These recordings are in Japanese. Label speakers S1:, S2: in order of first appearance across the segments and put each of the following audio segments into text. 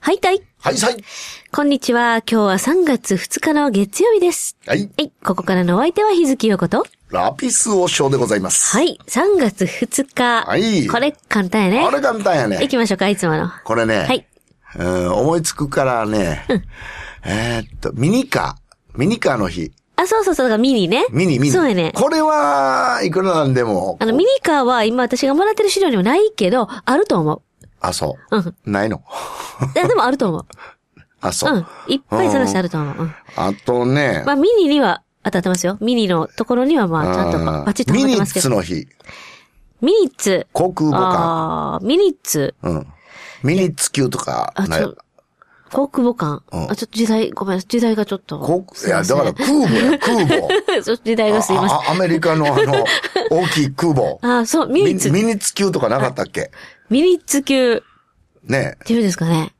S1: はいたい。
S2: はい、はい。
S1: こんにちは。今日は3月2日の月曜日です。
S2: はい。
S1: はい。ここからのお相手は日月よこと。
S2: ラピス王将でございます。
S1: はい。3月2日。
S2: はい
S1: これ簡単やね。
S2: あれ簡単やね
S1: 行。きましょうか、いつもの。
S2: これね。
S1: はい。
S2: うん、思いつくからね。えーっと、ミニカー。ミニカーの日。
S1: あ、そうそうそう、だからミニね。
S2: ミニ、ミニ。
S1: そうやね。
S2: これは、いくらなんでも。
S1: あの、ミニカーは今私がもらってる資料にもないけど、あると思。
S2: あ、そう
S1: うん。
S2: う。ないの。
S1: いやでもあると思う。
S2: あ、そう。
S1: うん。いっぱい探してあると思う。うん。
S2: あとね。
S1: まあ、ミニには当たってますよ。ミニのところにはまあ、ちゃんと
S2: うん
S1: バチッとは
S2: ミ
S1: まっ
S2: ニ
S1: てま
S2: ッ
S1: すけ
S2: ツ
S1: ど。
S2: の日。
S1: ミニッツ。
S2: 航空母艦。
S1: ああ、ミニッツ。
S2: うん。ミニッツ級とか。
S1: あ、
S2: ない
S1: ちょ、航空母艦。
S2: うん
S1: あ、ちょっと時代、ごめん、時代がちょっと。
S2: 航
S1: す
S2: いや、
S1: ませ
S2: だ
S1: ん
S2: から空母や、空 母。
S1: ちょっと時代がすいません。
S2: ああアメリカの あの、大きい空母。
S1: ああ、そう、ミ
S2: ミ
S1: ニ
S2: ニ
S1: ッツ。
S2: ミニッツ級とかなかったっけ
S1: ミニッツ級っ
S2: ねえ。
S1: ていうんですかね。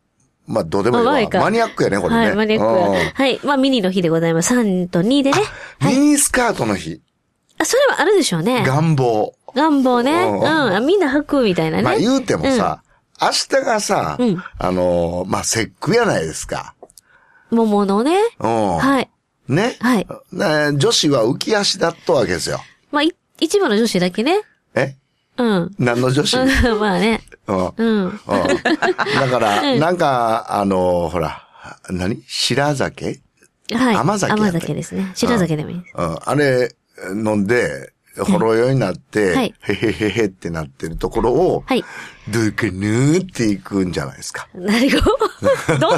S2: まあ、どうでもい
S1: まあまあい
S2: い
S1: い
S2: わ。
S1: か
S2: マニアックやね、これね。
S1: はい、マニアック
S2: う
S1: や。はい、まあ、ミニの日でございます。3と2でね。
S2: んミニスカートの日。
S1: あ、それはあるでしょうね。
S2: 願望。
S1: 願望ね。
S2: う
S1: うんんあ。みんな履くみたいなね。
S2: まあ、言うてもさ、明日がさ
S1: うん、
S2: あのー、まあ、節句やないですか。
S1: うん。桃のね。
S2: うん。
S1: はい。
S2: ね。
S1: はい
S2: ね女子は浮き足だったわけですよ。
S1: まあ、い一部の女子だけね。
S2: え
S1: うん。
S2: 何の女子う ん。
S1: まあね。
S2: うん
S1: うん。
S2: だから、なんか、あのー、ほら、何白酒
S1: はい。
S2: 甘酒やった
S1: 甘酒ですね。白酒でもいいです。
S2: うんあれ、飲んで、ほろ酔いになって、
S1: はい
S2: へへへへってなってるところを、
S1: はい。
S2: どうかぬーっていくんじゃないですか。
S1: 何語 どんな、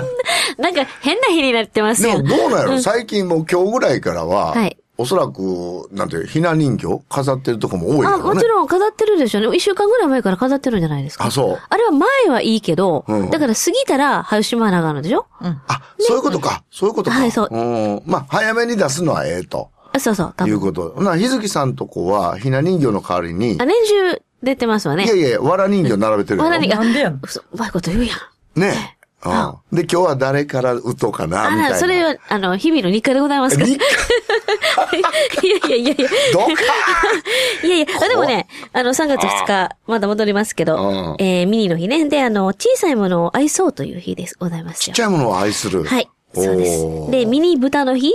S1: なんか変な日になってます
S2: で
S1: よ
S2: も。どうなんやろ最近もう今日ぐらいからは、
S1: はい
S2: おそらく、なんていう、ひな人形飾ってるとこも多いから
S1: あ、
S2: ね。
S1: もちろん飾ってるでしょうね。一週間ぐらい前から飾ってるんじゃないですか。
S2: あそう
S1: あれは前はいいけど、
S2: うん
S1: だから過ぎたら、はよしまながのでしょ
S2: あ、そういうことか。そういうことか。。
S1: はいそうん
S2: まあ、早めに出すのはええと。
S1: あ、そうそう、多
S2: いう
S1: 分。
S2: こと。な、日月さんとこは、ひな人形の代わりに、
S1: あ、年中出てますわ
S2: いや
S1: ね。
S2: いや、わら人形並べてるよ。
S1: わらに、あ
S3: なんでやねん
S1: 嘘うまいこと言うやん。
S2: ね。うん。で、今日は誰から打とうかな、
S1: あ
S2: みたい
S1: ら、
S2: な。
S1: それは、あの、日々の日課でございます から。い
S2: 日課
S1: やいやいやいや。
S2: どうか
S1: いやいや、あでもね、あの、3月2日、まだ戻りますけ
S2: うん
S1: ど、えー、ミニの日ね。で、あの、小さいものを愛そうという日です、ございます
S2: ちっ
S1: よ
S2: ち。ゃいものを愛する。
S1: はい。そう
S2: お
S1: です。
S2: ー
S1: で、ミニ豚の日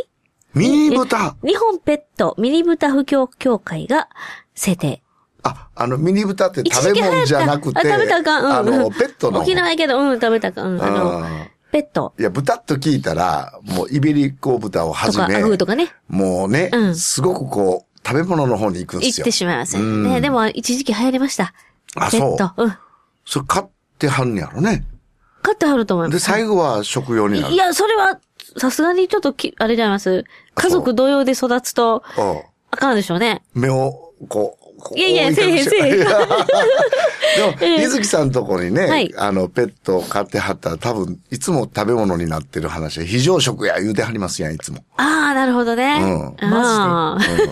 S2: ミニ豚。
S1: 日本ペットミニ豚不況協会が制定。
S2: あ、あの、ミニ豚って
S1: 一
S2: 食
S1: 時期
S2: べ
S1: 流行
S2: 物
S1: った
S2: じゃなくて、
S1: あ、食べたらあか
S2: あ
S1: ん。うん。
S2: の、ペットの。
S1: 沖縄やけど、うん、食べたらあかん。うんあの、
S2: あ
S1: ペット
S2: ーいや、豚と聞いたら、もうイベリコ豚をは
S1: と
S2: じ
S1: か、
S2: め
S1: ア、フとかね、
S2: もうね、
S1: うん
S2: すごくこう、食べ物の方に行くんで
S1: 行っ
S2: すよ
S1: て。しまいます
S2: うん
S1: ね。でも、一時期流行りました。
S2: あ、
S1: ペ
S2: そ
S1: ッ
S2: う。
S1: ト。うん。
S2: それ買ってはんねやろね。
S1: 飼ってはると思います。
S2: で、最後は食用にないる。
S1: や、それは、さすがにちょっとき、あれじゃないます。家族同様で育つと、
S2: うん
S1: あかんでしょうね。
S2: 目を、こう、こう
S1: いやいや
S2: 覆隠して
S1: せえへんせえへん
S2: いや でも、水木さんとこにね、
S1: はい
S2: あの、ペットを飼ってはったら多分、いつも食べ物になってる話で、非常食や言うてはりますやん、い つも。
S1: ああ、なるほどね。
S2: う
S1: あー
S2: うん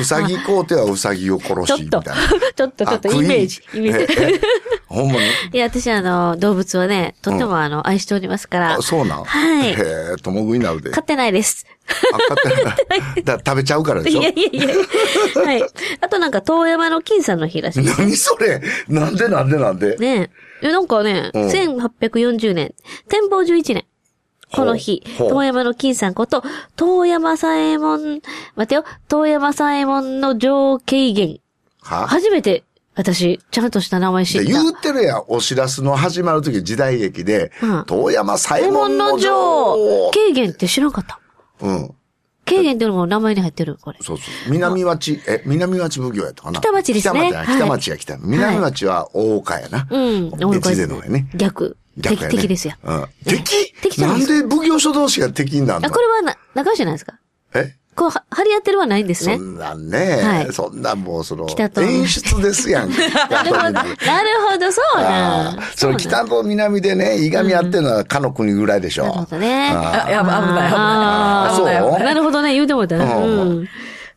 S2: うさぎ買うてはうさぎを殺
S1: ちょ
S2: し、
S1: っ
S2: み
S1: と、
S2: たい
S1: ち
S2: な。
S1: ょっと、ちょっと、
S2: あ
S1: イメージ、イ
S2: 食い
S1: メージ。
S2: ええほんまに
S1: いや、私、あの、動物はね、とっても、あの、愛しておりますから
S2: あ、、そうなん
S1: はい
S2: へえ、とも食いになるで。
S1: 飼ってないです。
S2: あ買ってだ食べちゃうからで
S1: い
S2: しょ
S1: やいやいや。はい。あとなんか、遠山の金さんの日らしい。
S2: 何それなんでなんでなんで
S1: ねえ。えなんかね、
S2: うん
S1: 1840年、天保11年。この日、
S2: ほうほう
S1: 遠山の金さんこと、遠山左衛門、待てよ、遠山左衛門の上慶元。
S2: は
S1: 初めて、私、ちゃんとした名前知
S2: で
S1: っ
S2: 言
S1: た。
S2: うてるやん、お知らすの始まる時時代劇で、
S1: うん
S2: 遠山左
S1: 左
S2: 衛
S1: 衛
S2: 門
S1: 門
S2: の
S1: の
S2: 女
S1: 上
S2: 王、
S1: 慶元って知らんかった。
S2: うん。
S1: 慶元っていうのも名前に入ってる、これ。
S2: そうそう。南町、え、南町奉行やったかな
S1: 北町ですね
S2: 北町や
S1: はい
S2: 北町や北の。南町は大岡やな。
S1: うん。
S2: 越前の方やね。
S1: 逆。
S2: 逆や
S1: 敵、
S2: ね
S1: 敵ですよ。
S2: うん。敵
S1: 敵じゃ
S2: な
S1: ない
S2: ん
S1: です
S2: で奉行所同士が敵になる
S1: あ、
S2: の
S1: これはな、仲良しじゃないですか。
S2: え
S1: こう、は張り合ってるはないんです
S2: そ
S1: ね。
S2: んなんね、
S1: はい
S2: そんなんもうその
S1: 北、と
S2: 演出で すやん。
S1: なるほど。なるほど、そう
S2: あ
S1: な
S2: あ
S1: ん。
S2: その
S1: うなん
S2: 北と南でね、いがみ合ってるのはかの国ぐらいでしょ。
S1: なるほどね。
S2: あ
S3: あ、やばい、危ない、危
S1: あ
S2: ー
S1: ー
S3: ない。
S2: そう
S3: 危ない危ない
S1: なるほどね、言うてもだね。
S2: うん
S1: うん。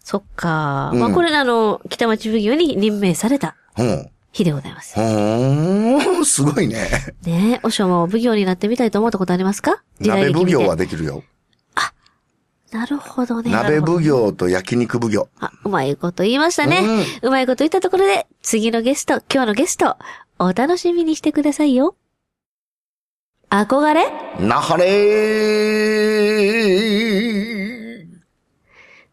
S1: そっか。
S2: うん
S1: まあ、これあの、北町奉行に任命された
S2: うん。
S1: 日でございます。
S2: ほーん、すごいね。
S1: ねえ、おしょも奉行になってみたいと思ったことありますか時代
S2: 鍋
S1: 劇
S2: 奉
S1: 見て
S2: 行はできるよ。
S1: なるほどね。
S2: 鍋
S1: 行。
S2: 奉行と焼肉奉行。
S1: あ、うまいこと言いましたね。うまいこと言ったところで、次のゲスト、今日のゲスト、お楽しみにしてくださいよ。憧れ
S2: なはれー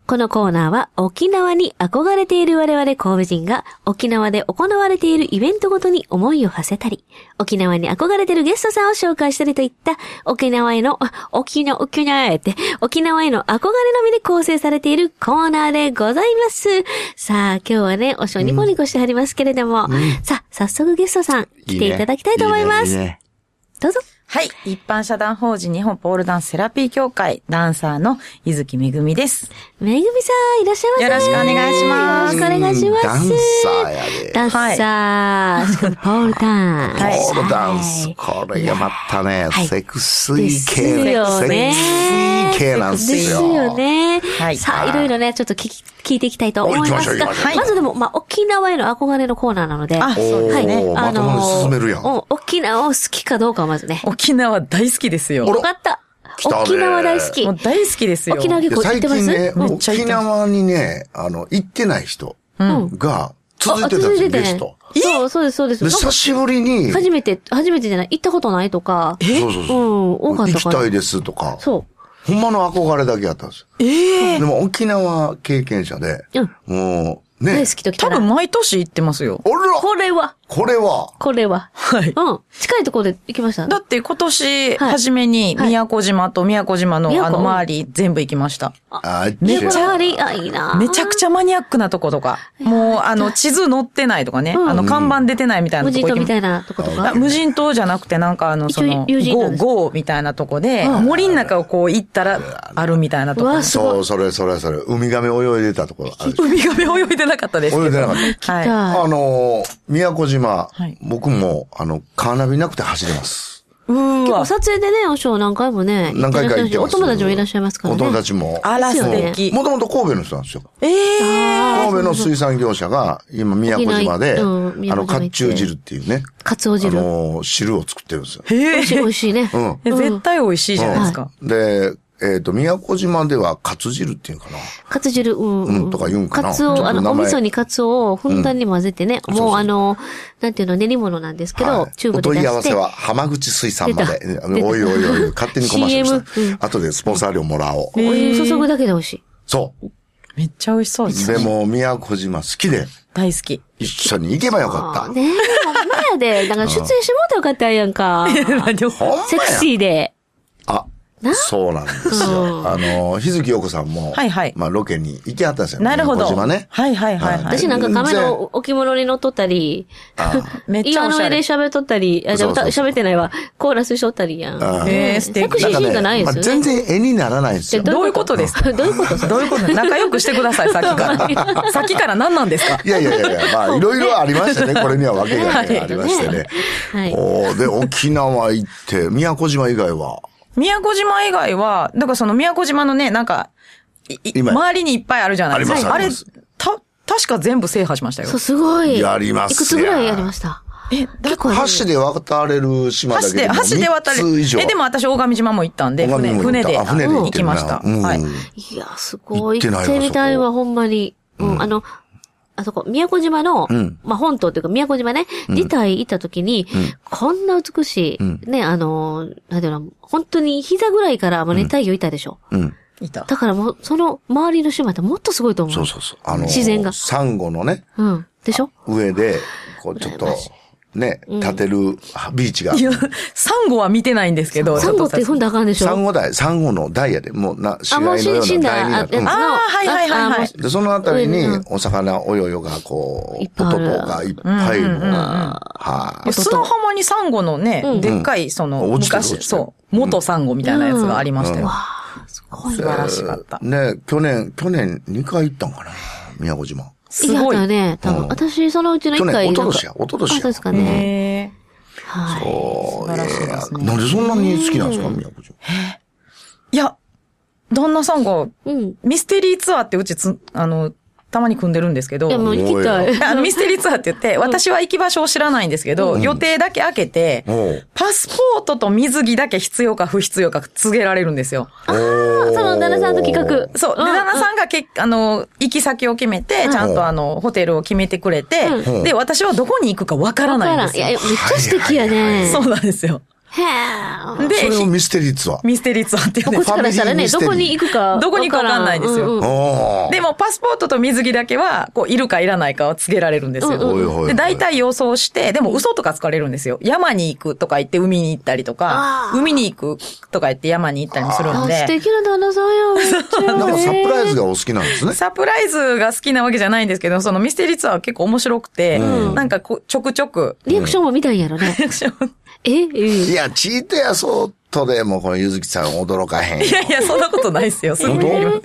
S1: このコーナーは沖縄に憧れている我々神戸人が沖縄で行われているイベントごとに思いを馳せたり、沖縄に憧れてるゲストさんを紹介したりといった沖縄への、あ沖縄、沖縄へって、沖縄への憧れのみで構成されているコーナーでございます。さあ、今日はね、お正にコニコしてはりますけれども、さあ、早速ゲストさん来ていただきたいと思います。
S2: いね
S1: どうぞ。
S3: はい。一般社団法人日本ポールダンスセラピー協会ダンサーの伊月めぐみです。
S1: めぐみさん、いらっしゃいませ。
S3: よろしくお願いします
S2: いい
S1: よ
S2: ね
S1: ろしくお願いします。
S2: ダンサーやで。
S1: ダンサー、しかもポールダンス。
S3: はい
S2: ポールダンス
S1: はい。
S2: これがまたね
S1: はい、
S2: セクシ
S1: で
S2: ー
S1: す
S2: 系、
S1: よ
S2: セ
S1: ね
S2: クシ。ー系なんですよ。
S1: ですよね。
S3: はい
S1: さあ、いろいろね、ちょっと聞き、聞いていきたいと思いますが、
S2: お行きましょう行きま
S3: しょう
S1: まずでも、まあ、沖縄への憧れのコーナーなので、
S3: あ、そうですね。
S2: おーまともに進めるやん
S1: う沖縄を好きかどうかはまずね。
S3: 沖縄大好きですよ。
S2: お
S1: よかった。
S2: 来たね
S1: 沖縄大好き
S3: も。う大好きですよ。
S1: 沖縄結構行っ
S2: 最
S1: てま
S2: 近
S1: す
S2: ね、
S1: うん
S3: めっちゃ行
S2: 沖
S3: ってます
S2: 縄にね、あの、行ってない人
S1: うん。
S2: が続い
S1: あ
S2: てたんですよ、ゲ
S1: ね
S2: スト。
S1: そう、そうです、そうです。
S2: で、
S1: なんか
S2: 久しぶりに、
S1: 初めて、初めてじゃない行ったことないとか。
S2: そうそう
S1: う
S2: そう。
S1: ん、多かっ
S2: 行
S1: た
S2: き
S1: から。
S2: たいですとか、
S1: そ
S2: ほんまの憧れだけやったんですよ。
S3: ええ
S2: でも沖縄経験者で、
S1: う。うん。
S2: もう、ね
S1: 大好、きと来た
S3: 多
S1: ら。
S3: 分毎年行ってますよ。
S2: あら
S1: これは、
S2: これは、
S1: これは。
S3: はい。
S1: うん。近いところで行きました。
S3: だって今年
S1: はい
S3: 初めに
S1: はい
S3: 宮古島と宮古島の
S1: 宮
S3: あ
S1: 古
S3: の周り全部行きました。
S2: あっ
S3: め
S1: めっち
S3: ち
S1: ゃ
S3: ゃ
S1: あり、あ、いいな
S3: めちゃくちゃマニアックなとことか、もうあの地図載ってないとかね、
S1: うん
S3: あの看板出てないみたい
S1: 無
S3: なと
S1: 人
S3: こ行
S1: 島
S3: き
S1: み
S3: ま
S1: たいなとこと
S3: あ
S1: か。
S3: 無人島じゃなくてなんかあの
S1: 一応
S3: その、ゴ
S1: 友人なんで
S3: ー、
S1: す
S3: ゴーみたいなとこで、森の中をこう行ったらあるみたいなとこ
S1: う
S3: ろ
S1: わ。すごい
S2: そう、それ、それ、それ、ウミガメ泳いでたところあるでしょ
S3: ウミガメ泳いでなかったです
S2: 泳
S3: け
S2: い
S3: ど。
S2: でなかった。
S3: はい。
S1: は
S2: あのー、宮古島、
S3: はい
S2: 僕も、あの、カーナビなくて走れます。
S3: うー
S1: い。結
S3: わ
S1: 構。撮影でね、お尚何回もね、
S2: 何回か行って
S1: ら
S2: ま
S1: っしゃるし
S2: す。
S1: お友達もいらっしゃいますからね。
S2: お友達も。
S3: あら素敵。
S2: もともと神戸の人なんですよ。
S3: ええ
S1: あ
S2: 神戸
S1: ー
S2: の水産業者が、今、宮古島で、あ
S1: うん宮古島行
S2: の、
S1: って
S2: 甲冑汁っていうね、
S1: カツオ
S2: あ
S1: 汁。美
S2: のー、汁を作ってるんですよ。
S3: へ
S1: 味しい、美味しいね。
S2: うん。
S3: え絶対美味しいじゃないですか。
S2: で、えっ、と、宮古島では、カツ汁っていうのかな。
S1: カツ汁、うん。
S2: うんとか言うんかな
S1: カツオ、あ
S2: ちょっと
S1: の、お
S2: 名前
S1: 味噌にカツオをふんだんに混ぜてね、
S2: んそう
S1: も
S2: そうう
S1: あの、なんていうの、練り物なんですけど、
S2: はい
S1: チューブ
S2: お
S1: で出
S2: 問い合わ
S1: し
S2: せ
S1: て。
S2: は、浜口水産まで
S1: 出た。
S2: あのおいおいおい、勝手にコマーシャルした。
S1: CM うん
S2: 後でスポンサー料もらおう。
S1: お湯注ぐだけで美味しい。
S2: そう。
S3: めっちゃ美味しそうです
S2: で。も、宮古島好きで、
S3: 大好き。
S2: 一緒に行けばよか
S1: あー
S2: った。
S1: ねえ、ほんまやで。なんか出演してもらったらよかったやんか。
S3: 何を
S2: ほん まや
S1: セクシーで。
S2: あ、そうなんです
S1: う
S2: よ。
S1: ん
S2: あの、日月陽子さんも、
S3: はいはい
S2: まあ、ロケに行きはったんですよ。
S3: なるほど。
S2: 宮古島ね。
S3: はいはいはいはい。
S1: 私なんか亀の置物に乗っとったり、
S3: めっち
S1: 岩
S3: ゃお
S1: の
S3: し
S1: 上
S3: ゃ
S1: で
S3: れ。
S1: 喋っとったり、あ、じゃあ歌
S2: そうそうそう
S1: 喋ってないわ。コーラスしとったりやん。
S2: あー
S1: ね
S3: えー素敵
S1: セクシ
S2: な
S1: ーシ
S2: んか
S1: ーン
S2: ね
S1: がないですよ
S2: まあ全
S1: ね。
S2: 然絵にならないんですよ
S1: で。
S3: どういうことです か
S1: どういうことそれ
S3: どういうこと仲良くしてください、さっき から。さっきから何なんですか
S2: いやいやいやいや、まあ、いろいろありましたね。これには訳がありましてね。
S1: はい。
S2: おーで、沖縄行 って、宮古島以外は、
S3: 宮古島以外は、だからその宮古島のね、なんか、いい
S2: 今
S3: 周りにいっぱいあるじゃないです
S2: あります
S3: か。あれ
S2: あります、
S3: た、確か全部制覇しましたよ
S1: そう、。すごい。
S2: やります
S1: いくつぐらいやりました
S3: え、
S1: 結構やる
S2: 橋で渡れる島だ
S3: 橋
S2: けで
S3: で、
S2: も
S3: 橋で渡
S2: 3つ以
S3: る。
S2: 上。
S3: え、でも私、大神島も行ったんで、
S2: 小
S3: 船
S2: 神も行った
S3: 船で
S2: あ船で行
S3: 行
S2: って
S3: き
S2: るな
S3: ました。
S2: うん
S3: はい。
S1: いや、すごい。
S2: 行ってない
S1: 行
S2: わ
S1: ってみたいわ、ほんまに。うん、あの、あそこ、宮古島の、
S2: うん
S1: まあ、本島というか、宮古島ね、自体行った時に、こんな美しい、
S2: うん
S1: ね、あのー、なんていうの、本当に膝ぐらいからもう熱帯魚いたでしょ。
S2: うん。
S3: いた。
S1: だからもう、その周りの島ってもっとすごいと思う。
S2: そうそうそう。あの、
S1: 自然が
S2: サンゴのね、
S1: うん。でしょ
S2: 上で、こう、ちょっと、ね、立てるビーチが
S3: い。や、サンゴは見てないんですけど。
S1: サンゴって踏んだ
S3: だ。
S1: らあかんでしょ
S2: サンゴ台、サンゴの台やで、もうな、死
S1: あ、もう
S2: 骸の
S1: 死死
S2: ようんな台に
S1: だ、あ、
S2: な
S1: や
S2: っ
S1: つの。
S2: て。
S3: あーはいはいはいはい
S1: あもう
S2: で、そのあたりに
S1: 上に、
S2: お魚、およよが、こう、
S1: いっぱい
S2: ポ
S1: あ
S2: トポ
S1: る
S2: がいっぱいいるの
S3: うんうんうんうん
S2: はい。
S3: 砂浜にサンゴのね、でっかい、その、
S2: 落ちてる落ちて
S3: 昔、
S2: る
S3: そう、元サンゴみたいなやつがありましたよ。
S1: すごい
S3: 素晴
S1: わ。
S3: らしかった。
S2: ね、去年、去年2回行ったんかな宮古島。
S1: い
S3: す
S1: いや
S3: ご
S1: だ
S3: い。
S1: よね、多分。
S2: うん
S1: 私、そのうちの一
S2: 去年、
S1: 回。
S2: 一
S1: な
S2: 昨
S1: んか
S2: 年や、一昨年
S1: あ、
S2: や。
S1: そうですかね。
S3: へー
S1: はい。
S2: おー
S3: 素晴らしいですね
S2: ええなんでそんなに好きなんですか、宮古島。
S3: いや、旦那さんが、
S1: うん。
S3: ミステリーツアーってうちつ、あの、たまに組んでるんですけど
S1: いや、、もう行きたい。
S3: あのミステリーツアーって言って、私は行き場所を知らないんですけど、予定だけ開けて、
S2: おう
S3: パスポートと水着だけ必要か不必要か告げられるんですよ。
S2: あー
S1: その旦那さんと企画。
S3: そう。で、
S1: ん
S3: 旦那さんがけ、あの、行き先を決めて、ちゃんとあの、ホテルを決めてくれて
S1: う、
S2: ん
S3: で、私はどこに行くかわから
S1: わ
S3: ない
S1: か
S3: ん
S1: ら
S3: で
S1: ん。
S3: す
S1: いや、いや
S3: よ。
S1: めっちゃ素敵やね。
S3: そうなんですよ。
S1: へー。
S3: で
S2: それをミステリーツアー。
S3: ミステリーツアーっていう
S1: こ
S3: ね
S1: っちからしたらね、
S2: ファ
S1: ど
S2: ミリーミス
S1: こ
S2: テリー
S1: に行くか。
S3: どこに行くかわかんないんですよ
S1: うう
S2: おー
S3: でも、パスポートと水着だけは、こう、いるかいらないかを告げられるんですよ。
S1: うんうん
S2: おいおいおい
S3: で、大体予想して、でも嘘とかつかれるんですよ。山に行くとか言って海に行ったりとか
S1: あ、ー
S3: 海に行くとか言って山に行ったりもするん
S1: あ、素
S3: で。
S1: 敵な旦那さんや。めっちゃ
S2: なんかサプライズ
S1: が。
S2: がお好きなんですね。
S3: サプライズが好きなわけじゃないんですけど、そのミステリーツアーは結構面白くて、
S2: うん
S3: なんかこう、ちょくちょく、
S1: リアクションも見たんやろね。ええ
S2: いや、チートやそうとでもこのゆずきさん驚かへんよ。
S3: いやいや、そんなことないですよ。す ごい
S2: 本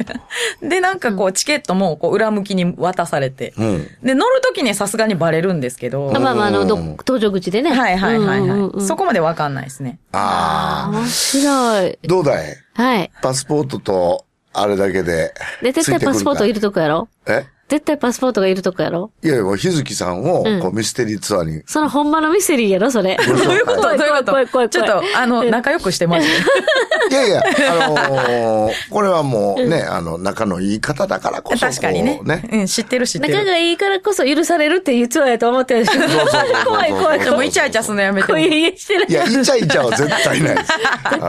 S3: で、なんかこう、チケットも、こう、裏向きに渡されて。
S2: うん。
S3: で、乗るときにさすがにバレるんですけど。
S1: あまあまあ、あの、ど
S2: うん
S1: 登場口でね。
S3: はいはいはい
S1: うんうん
S3: は
S1: う
S3: い。
S1: ん
S3: そこまでわかんないですね。
S2: あ
S1: 面白い。
S2: あ。どうだい
S1: はい。
S2: パスポートと、あれだけで。
S1: で、絶対パスポートい
S2: る。
S1: るとこやろ
S2: え
S1: 絶対パスポートがいるとこやろ
S2: いやいや、もうひづきさんを、
S1: うん
S2: こう、ミステリーツアーに。
S1: その本場のミステリーやろそれ。
S2: ご
S3: どうい
S2: 紹
S3: うことど
S1: は
S3: う
S1: い
S3: いうこと
S1: 怖い怖い怖い
S3: ちょっと、あの、仲良くし てます。
S2: いやいや、あのーこれはもうね、あの、仲のいい方だからこそ。
S3: 確かにね
S2: こうね。
S3: うん、知ってる知って
S1: 仲
S3: る。
S1: がいいからこそ許されるっていうツアーやと思ってるん ですけど
S2: そうそうそうそう
S1: 怖い怖い
S2: そうそ
S3: で
S2: うそう
S1: 怖
S3: も、
S1: い。
S3: イチャイチャするのやめて
S1: こう。いう家してる
S2: い。や、イチャイチャは絶対ないです。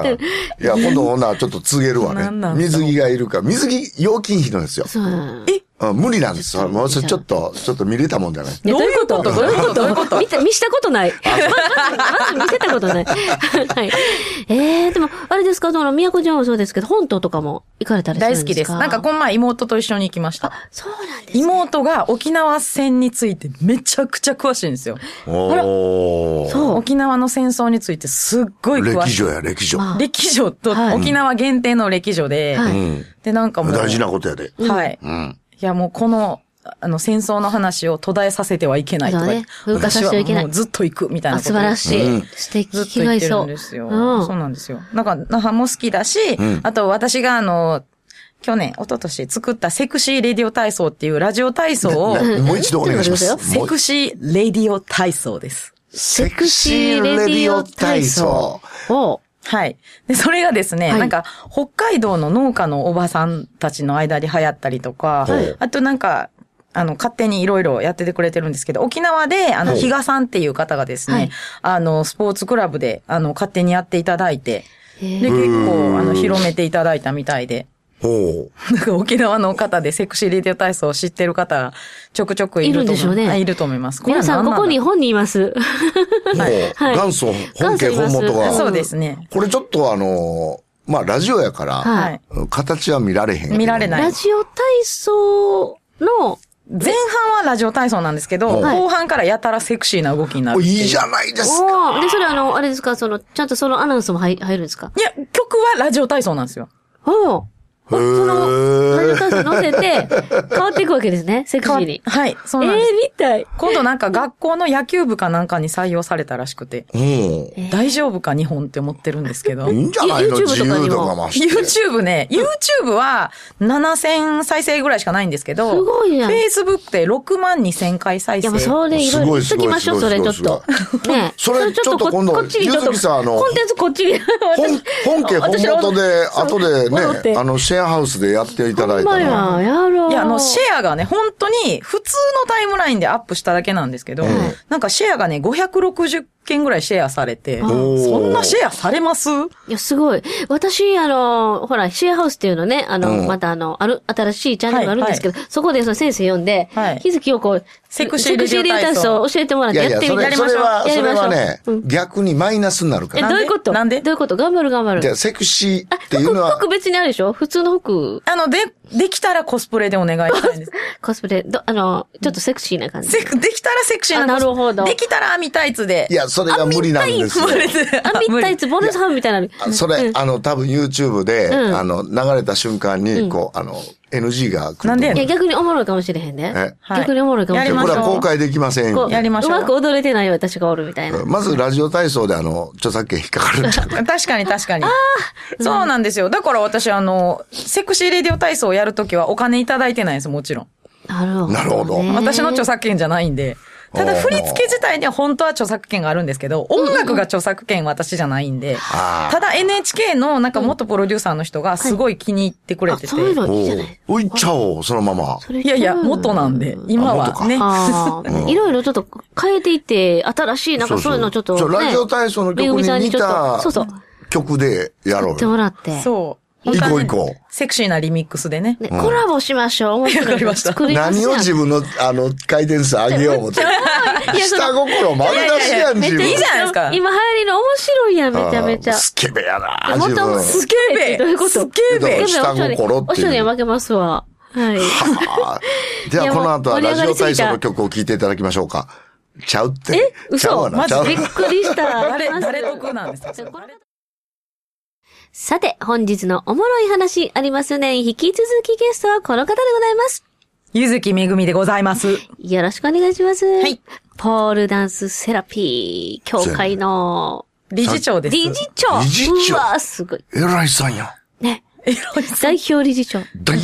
S2: うんいや、今度ほんならちょっと告げるわ
S3: なん
S2: ね。
S3: なんだ
S2: 水着がいるから。水着、料金費なんですよ。
S1: そう。
S2: うん無理なんですよ。もうそれちょっと、ちょっと見れたもんじゃない。
S1: いやどういうこと
S3: ど
S1: ど
S3: う
S1: う
S3: い
S1: いうう
S3: こと
S1: こと
S3: どういうこと
S1: 見た、見したこと ない。ままず、まず見せたことない。はい。ええー、でも、あれですかその、宮古島もそうですけど、本島とかも行かれたりするん
S3: 大
S1: です
S3: 好
S1: か
S3: きです。なんか、この前妹と一緒に行きました。
S1: そうなんです。
S3: 妹が沖縄戦についてめちゃくちゃ詳しいんですよ。
S2: おー
S1: そう。
S3: 沖縄の戦争についてすっごい詳
S2: 歴
S3: しい。
S2: 女や、歴女。
S1: まあ
S3: 歴女と
S1: はい
S3: 沖縄限定の歴女で、
S1: はい
S2: うん。
S3: で、なんかもう。
S2: 大事なことやで。
S3: はい。
S2: うん。
S3: いや、もうこの、あの、戦争の話を途絶えさせてはいけないとか言って。
S1: そうだね風化させてはいけない
S3: 私もうずっと行くみたいな
S1: あ
S3: こと。
S1: 素晴らしい。
S2: うん
S1: 素敵。
S3: ずっと
S1: 気
S3: 言
S1: が
S3: っ
S1: い
S3: てる
S1: そ
S3: ん
S1: う。
S3: ですよ。
S1: うん
S3: そうなんですよ。なんか、那覇も好きだし、
S2: ん
S3: あと私があの、去年、一昨年作ったセクシーレディオ体操っていうラジオ体操を、
S2: もう一度お願いします。
S3: セク
S2: シ
S3: シーレディオ体操です。
S1: セクシーレディオ体操。を、
S3: はい。で、それがですね、
S1: はい
S3: なんか、北海道の農家のおばさんたちの間で流行ったりとか、
S2: はい
S3: あとなんか、あの、勝手にいろいろやっててくれてるんですけど、沖縄で、あの、
S2: はい
S3: 比嘉さんっていう方がですね、
S1: はい
S3: あの、スポーツクラブで、あの、勝手にやっていただいて、
S1: へ
S3: で、
S1: ー
S3: 結
S2: うーん
S3: 構、あの、広めていただいたみたいで、
S2: ほ
S3: なんか沖縄の方でセクシーレディオ体操を知ってる方がちょくちょくいると思
S1: いるんでしょうね
S3: あいると思います。れ
S1: 皆さん、
S3: 何
S1: こ
S3: なんだ
S1: こに本人います。
S2: う。もう、元祖、本家本元
S1: 元祖います
S2: が。
S3: そうですね。
S2: これちょっとあのー、まあ、ラジオやか
S1: は
S2: ら、
S3: はい。
S2: 形は見られへんけど。
S3: 見られない
S1: ラジオ体操の、
S3: 前半はラジオ体操なんですけど、
S2: はい
S3: 後半からやたらセクシーな動きになる
S2: お
S3: って。
S2: いういじゃないですか。
S1: おーで、それあの、あれですか、その、ちゃんとそのアナウンスも入入るんですか
S3: いや、曲はラジオ体操なんですよ。
S1: おー
S2: へー
S1: ラジオ体操乗せて、変わっていくわけですね、セクシーに。
S3: はい、そ
S1: え
S3: う
S1: ー
S3: なんです。、
S1: みたい。
S3: 今度なんか学校の野球部かなんかに採用されたらしくて、
S2: うん。
S1: えー
S3: 大丈夫か日本って思ってるんですけど
S2: い。いんじゃない
S1: YouTube
S2: の
S1: と
S2: 自
S1: かにも
S2: 由度が増して。
S3: YouTube ね、YouTube は7000再生ぐらいしかないんですけど、
S1: すごいやん。い
S3: Facebook で6万2000回再生。
S1: や、もうそれいろい
S2: すご
S1: ろ
S2: い
S1: しときましょう、
S2: すご
S1: そ
S2: い
S1: れちょっ
S2: すごい
S1: と。ねえ
S2: それちょっと今度
S1: こっちにちょっ
S2: ゆ
S1: と、
S2: ずきさんあの
S1: コンテンツこっちに。
S2: 本本家本
S1: 私
S2: 元で、
S1: そう
S2: 後で
S1: 戻って
S2: ね、あの、シェアハウスでやっていただい
S1: ほ
S2: た
S1: ん
S2: ら。
S1: まや、やろう。
S3: いや、あの、シェアがね、本当に普通のタイムラインでアップしただけなんですけど、
S2: うん
S3: なんかシェアがね、560件ぐらいシェアされて、
S1: お
S2: ー
S3: そんなシェアされます
S1: いや、すごい。私、あの、ほら、シェアハウスっていうのね、あの、
S2: うん
S1: またあの、ある、新しいチャンネルがあるんですけど、そこでその先生呼んで、
S3: はい
S1: 日月をこう、
S3: セクシーレディ
S1: セ
S3: オ体操
S1: クシーレディオ体操を教えてもらっ
S2: い
S1: て
S2: やい
S1: や
S2: や、
S1: って
S2: そ
S1: みた
S2: れ、
S1: り
S2: そ
S1: まし
S2: れ
S1: ょう。
S2: は、
S1: や
S2: そ
S1: り
S2: れ
S1: ましょ
S2: は
S1: う。
S2: ね
S1: う、ん
S2: 逆にマイナスになるか
S1: え、
S2: ら。
S1: どういうこと
S3: なんで
S1: どういうこと頑張る頑張
S2: じゃあ、
S1: る。
S2: セクシー
S1: あ
S2: っていう
S1: 服、
S2: のは
S1: 服、別にあるでしょ普通の服、
S3: あの、で、できたらコスプレでお願いしたいんです。
S1: コスプレ、ど、あの、ちょっとセクシーな感じ。
S3: せできたらセクシーなコスプレ
S1: あなるほど
S3: できたら網タイツで。
S2: いや、それが無理なんですよ。
S1: あ、ミッタイツ、ボルスハムみたいなの。
S2: あそれ、あの、多分 YouTube で、
S1: うん
S2: あの、流れた瞬間に、こう、あの、NG が来ると思う。
S3: なんでや
S1: い
S3: ね
S1: や、逆におもろいかもしれへんね
S2: え。
S3: はい
S1: 逆におもろいかもしれへ
S3: や
S1: ん。
S3: りま
S2: こ
S3: し
S2: れ
S3: ょう
S2: は公開できません
S1: こ
S2: よ
S1: う。
S3: やりましょう
S1: うまく踊れてない私がおるみたいな。
S2: まず、ラジオ体操で、あの、著作権引っかかるんちゃう
S3: 確かに確かに。そうなんですよ。だから私、あの、セクシーレディオ体操をやるときはお金いただいてないんです、もちろん。
S1: なるほどね。
S2: なるほど
S3: 私の著作権じゃないんで。ただ振り付け自体には本当は著作権があるんですけど、音楽が著作権私じゃないんで、
S2: あー
S3: ただ NHK のなんか元プロデューサーの人がすごい気に入ってくれ
S1: あ、
S3: てて、
S1: そういうのいいじゃ
S2: お
S1: ない
S2: おういっちゃおう、そのまま。
S1: それ
S3: いやいや、元なんで、今
S2: あ元
S3: は
S2: か
S3: ね。
S1: あ あ、いろいろちょっと変えていって、新しい、なんかそういうのちょっと、ね。
S2: そうラジオ体操の
S1: めぐ
S2: 曲
S1: みさん
S2: に
S1: に
S2: 似
S1: ちょっと
S2: た
S1: そうそう。
S2: 曲でやろ
S1: や
S2: う
S1: って
S2: よ。
S1: もらって。
S3: そう。
S2: 行こう
S3: 本当は
S2: 行
S3: ね
S2: こう
S3: セクシーなリミックスでね。
S1: ね、コラボしましょう。面白いの
S3: わかりました
S1: 作ります
S2: 何
S1: やん
S2: を自分の、あの、回転数上げよう思って。
S1: いやその
S2: 下心丸出しやん、
S1: めっちゃ
S2: 自分。
S1: いいじゃないですか。今流行りの面白いやん、めちゃめちゃ
S2: あー。スケベやな、
S1: も
S2: 自
S1: とも
S2: 分。
S1: スケベってどういうこと
S3: スケ
S2: ベ
S1: スケベ
S2: 下心っていう
S1: おしゃれに負けますわ。はい。
S2: はあで
S1: い
S2: は、
S1: や
S2: この後は
S1: もう
S2: ラジ
S1: 盛り上が
S2: オ
S1: り
S2: 体
S1: すぎ
S2: 操
S1: た
S2: の曲を聴いていただきましょうか。ちゃうって。えちゃうわ
S1: 嘘
S2: な、
S1: マ
S2: ち
S1: ジ
S2: ゃうわ
S1: びっ
S2: な。
S1: くりした。
S3: 誰、誰得なんですかそれ
S1: さて、本日のおもろい話ありますね。引き続きゲストはこの方でございます。
S3: ゆずきめぐみでございます。
S1: よろしくお願いします。
S3: はい。
S1: ポールダンスセラピー協会の
S3: 理事長です。
S1: 理事長。
S2: 理事長
S1: うわ、すごい。
S2: 偉いさんや。
S1: ね。
S3: エロい
S1: 代表理事長。
S2: 代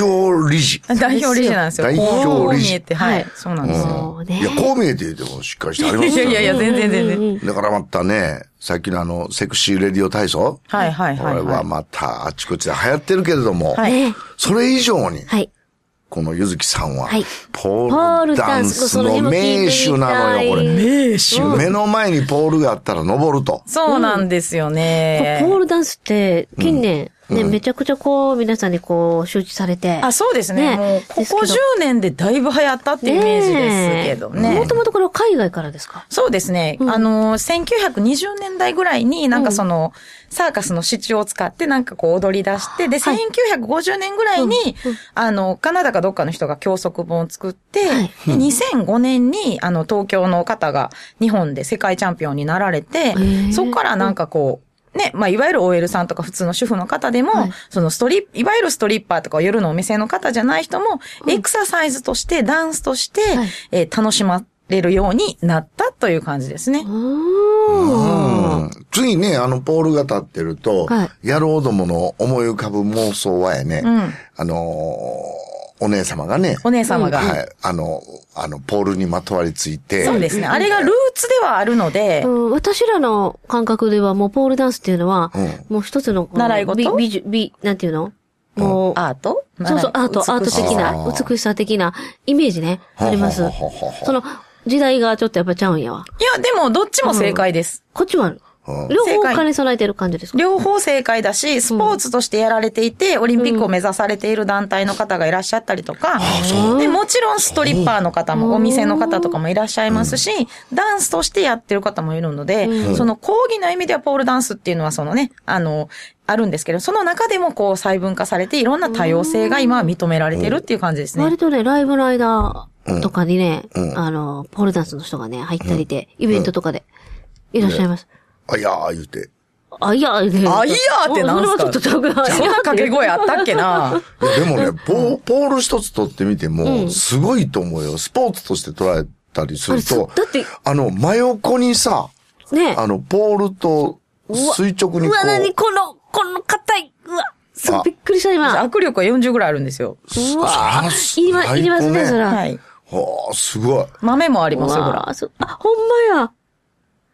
S2: 表理事。
S3: 代表理事なんですよ。
S2: 代表理事
S3: こう見えて、はい
S1: はい。
S3: そうなんですよ。
S1: もうね
S2: いや、こう見えて言うてもしっかりしてあります
S3: い
S2: よ
S3: やいやいや、全然全
S1: うんうん
S3: 然。
S2: だからまたね、さっきのあの、セクシーレディオ体操
S3: はいはいはいはい
S2: これはまたあちこちで流行ってるけれども、
S3: はい
S1: ね
S2: それ以上に、
S1: はい。
S2: このゆずきさんは、
S1: はいポ
S2: ポー
S1: ー
S2: ル
S1: ル
S2: ダ
S1: ダ
S2: ン
S1: ン
S2: ス
S1: ス
S2: の名手なのよ、こ
S1: それにも聞いてみたい
S2: れ。
S3: 名手
S2: 目の前にポールがあったら登ると。
S3: そうなんですよね。
S1: ポールダンスって、近年、ね、めちゃくちゃこう、皆さんにこう、周知されて。
S3: あ、そうですね。
S1: ね
S3: もう、ここ
S1: ですけど
S3: 10年でだいぶ流行ったっていうイメージですけどね
S1: も。ともとこれは海外からですか
S3: そうですね。あの、1920年代ぐらいになんかその、サーカスの支柱を使ってなんかこう踊り出して、で、
S1: はい
S3: 1950年ぐらいに、あの、カナダかどっかの人が教則本を作って、
S1: はい
S3: で2005年に、あの、東京の方が日本で世界チャンピオンになられて
S1: ー、
S3: そこからなんかこう、ね、まあ、いわゆる OL さんとか普通の主婦の方でも、
S1: はい
S3: そのストリップ、いわゆるストリッパーとか夜のお店の方じゃない人も、エクササイズとして、ダンスとして、
S1: はい
S3: えー楽しまれるようになったという感じです
S1: う。
S3: ね
S1: ーん。
S2: うん次ね、あの、ポールが立ってると、
S1: は
S2: 野郎どもの思い浮かぶ妄想はやね、
S3: ん
S2: あのーお姉様がね、
S3: お姉様が。
S2: はい、あの、あの、ポールにまとわりついて、
S3: そうですね。あれがルーツではあるので、
S1: うん、私らの感覚ではもうポールダンスっていうのは、
S2: うん
S1: もう一つのこの
S3: 習い事
S1: 美美術美なんていうのもう、
S3: アート
S1: そうそう、アート、アート的。
S3: まあ
S1: な、美しさ的なイメージね、あります
S2: ほうほうほうほう。
S1: その、時代がちょっとやっぱちゃうんやわ。
S3: いや、でも、どっちも正解です。
S1: こっちもある。
S2: うん
S1: 両
S3: 正
S1: 方
S3: 解
S1: 兼ね備えてる感じですか
S3: 両方正解だし、スポーツとしてやられていて、オリンピックを目指されている団体の方がいらっしゃったりとか、で、もちろんストリッパーの方も、お店の方とかもいらっしゃいますし、ダンスとしてやってる方もいるので、その講義の意味ではポールダンスっていうのはそのね、あの、あるんですけど、その中でもこう細分化されて、いろんな多様性が今は認められてるっていう感じですね
S1: 割。とね、ライブの間とかにね、
S2: うん
S1: あの、ポールダンスの人がね、入ったりで、イベントとかで、いらっしゃいます。
S2: あ、いやー言うて。
S1: あ、いや、あ、いや
S3: あいやってなん
S1: それは
S3: すか
S1: ちょっとちゃうか
S3: そんな掛け声あったっけない
S2: やでもね、ポーポール一つ取ってみても、すごいと思うよ。スポーツとして捉えたりする
S1: あれ
S2: と
S1: そうだって、
S2: あの、真横にさ、
S1: ね
S2: あの、ポールと垂直に
S1: う
S2: こ
S1: わ、なに
S2: う、
S1: この、この硬い。うわ、す
S2: あ
S1: ごいびっくりした今。
S3: 握力は40ぐらいあるんですよ。
S1: うわ
S2: あ、
S1: いりま、いりますね、そ
S2: れ。
S1: ら。
S3: はい。
S2: はあ、すごい。
S3: 豆もあり
S1: う
S3: ますよ、ほら
S1: わ。そうあ、ほんまや。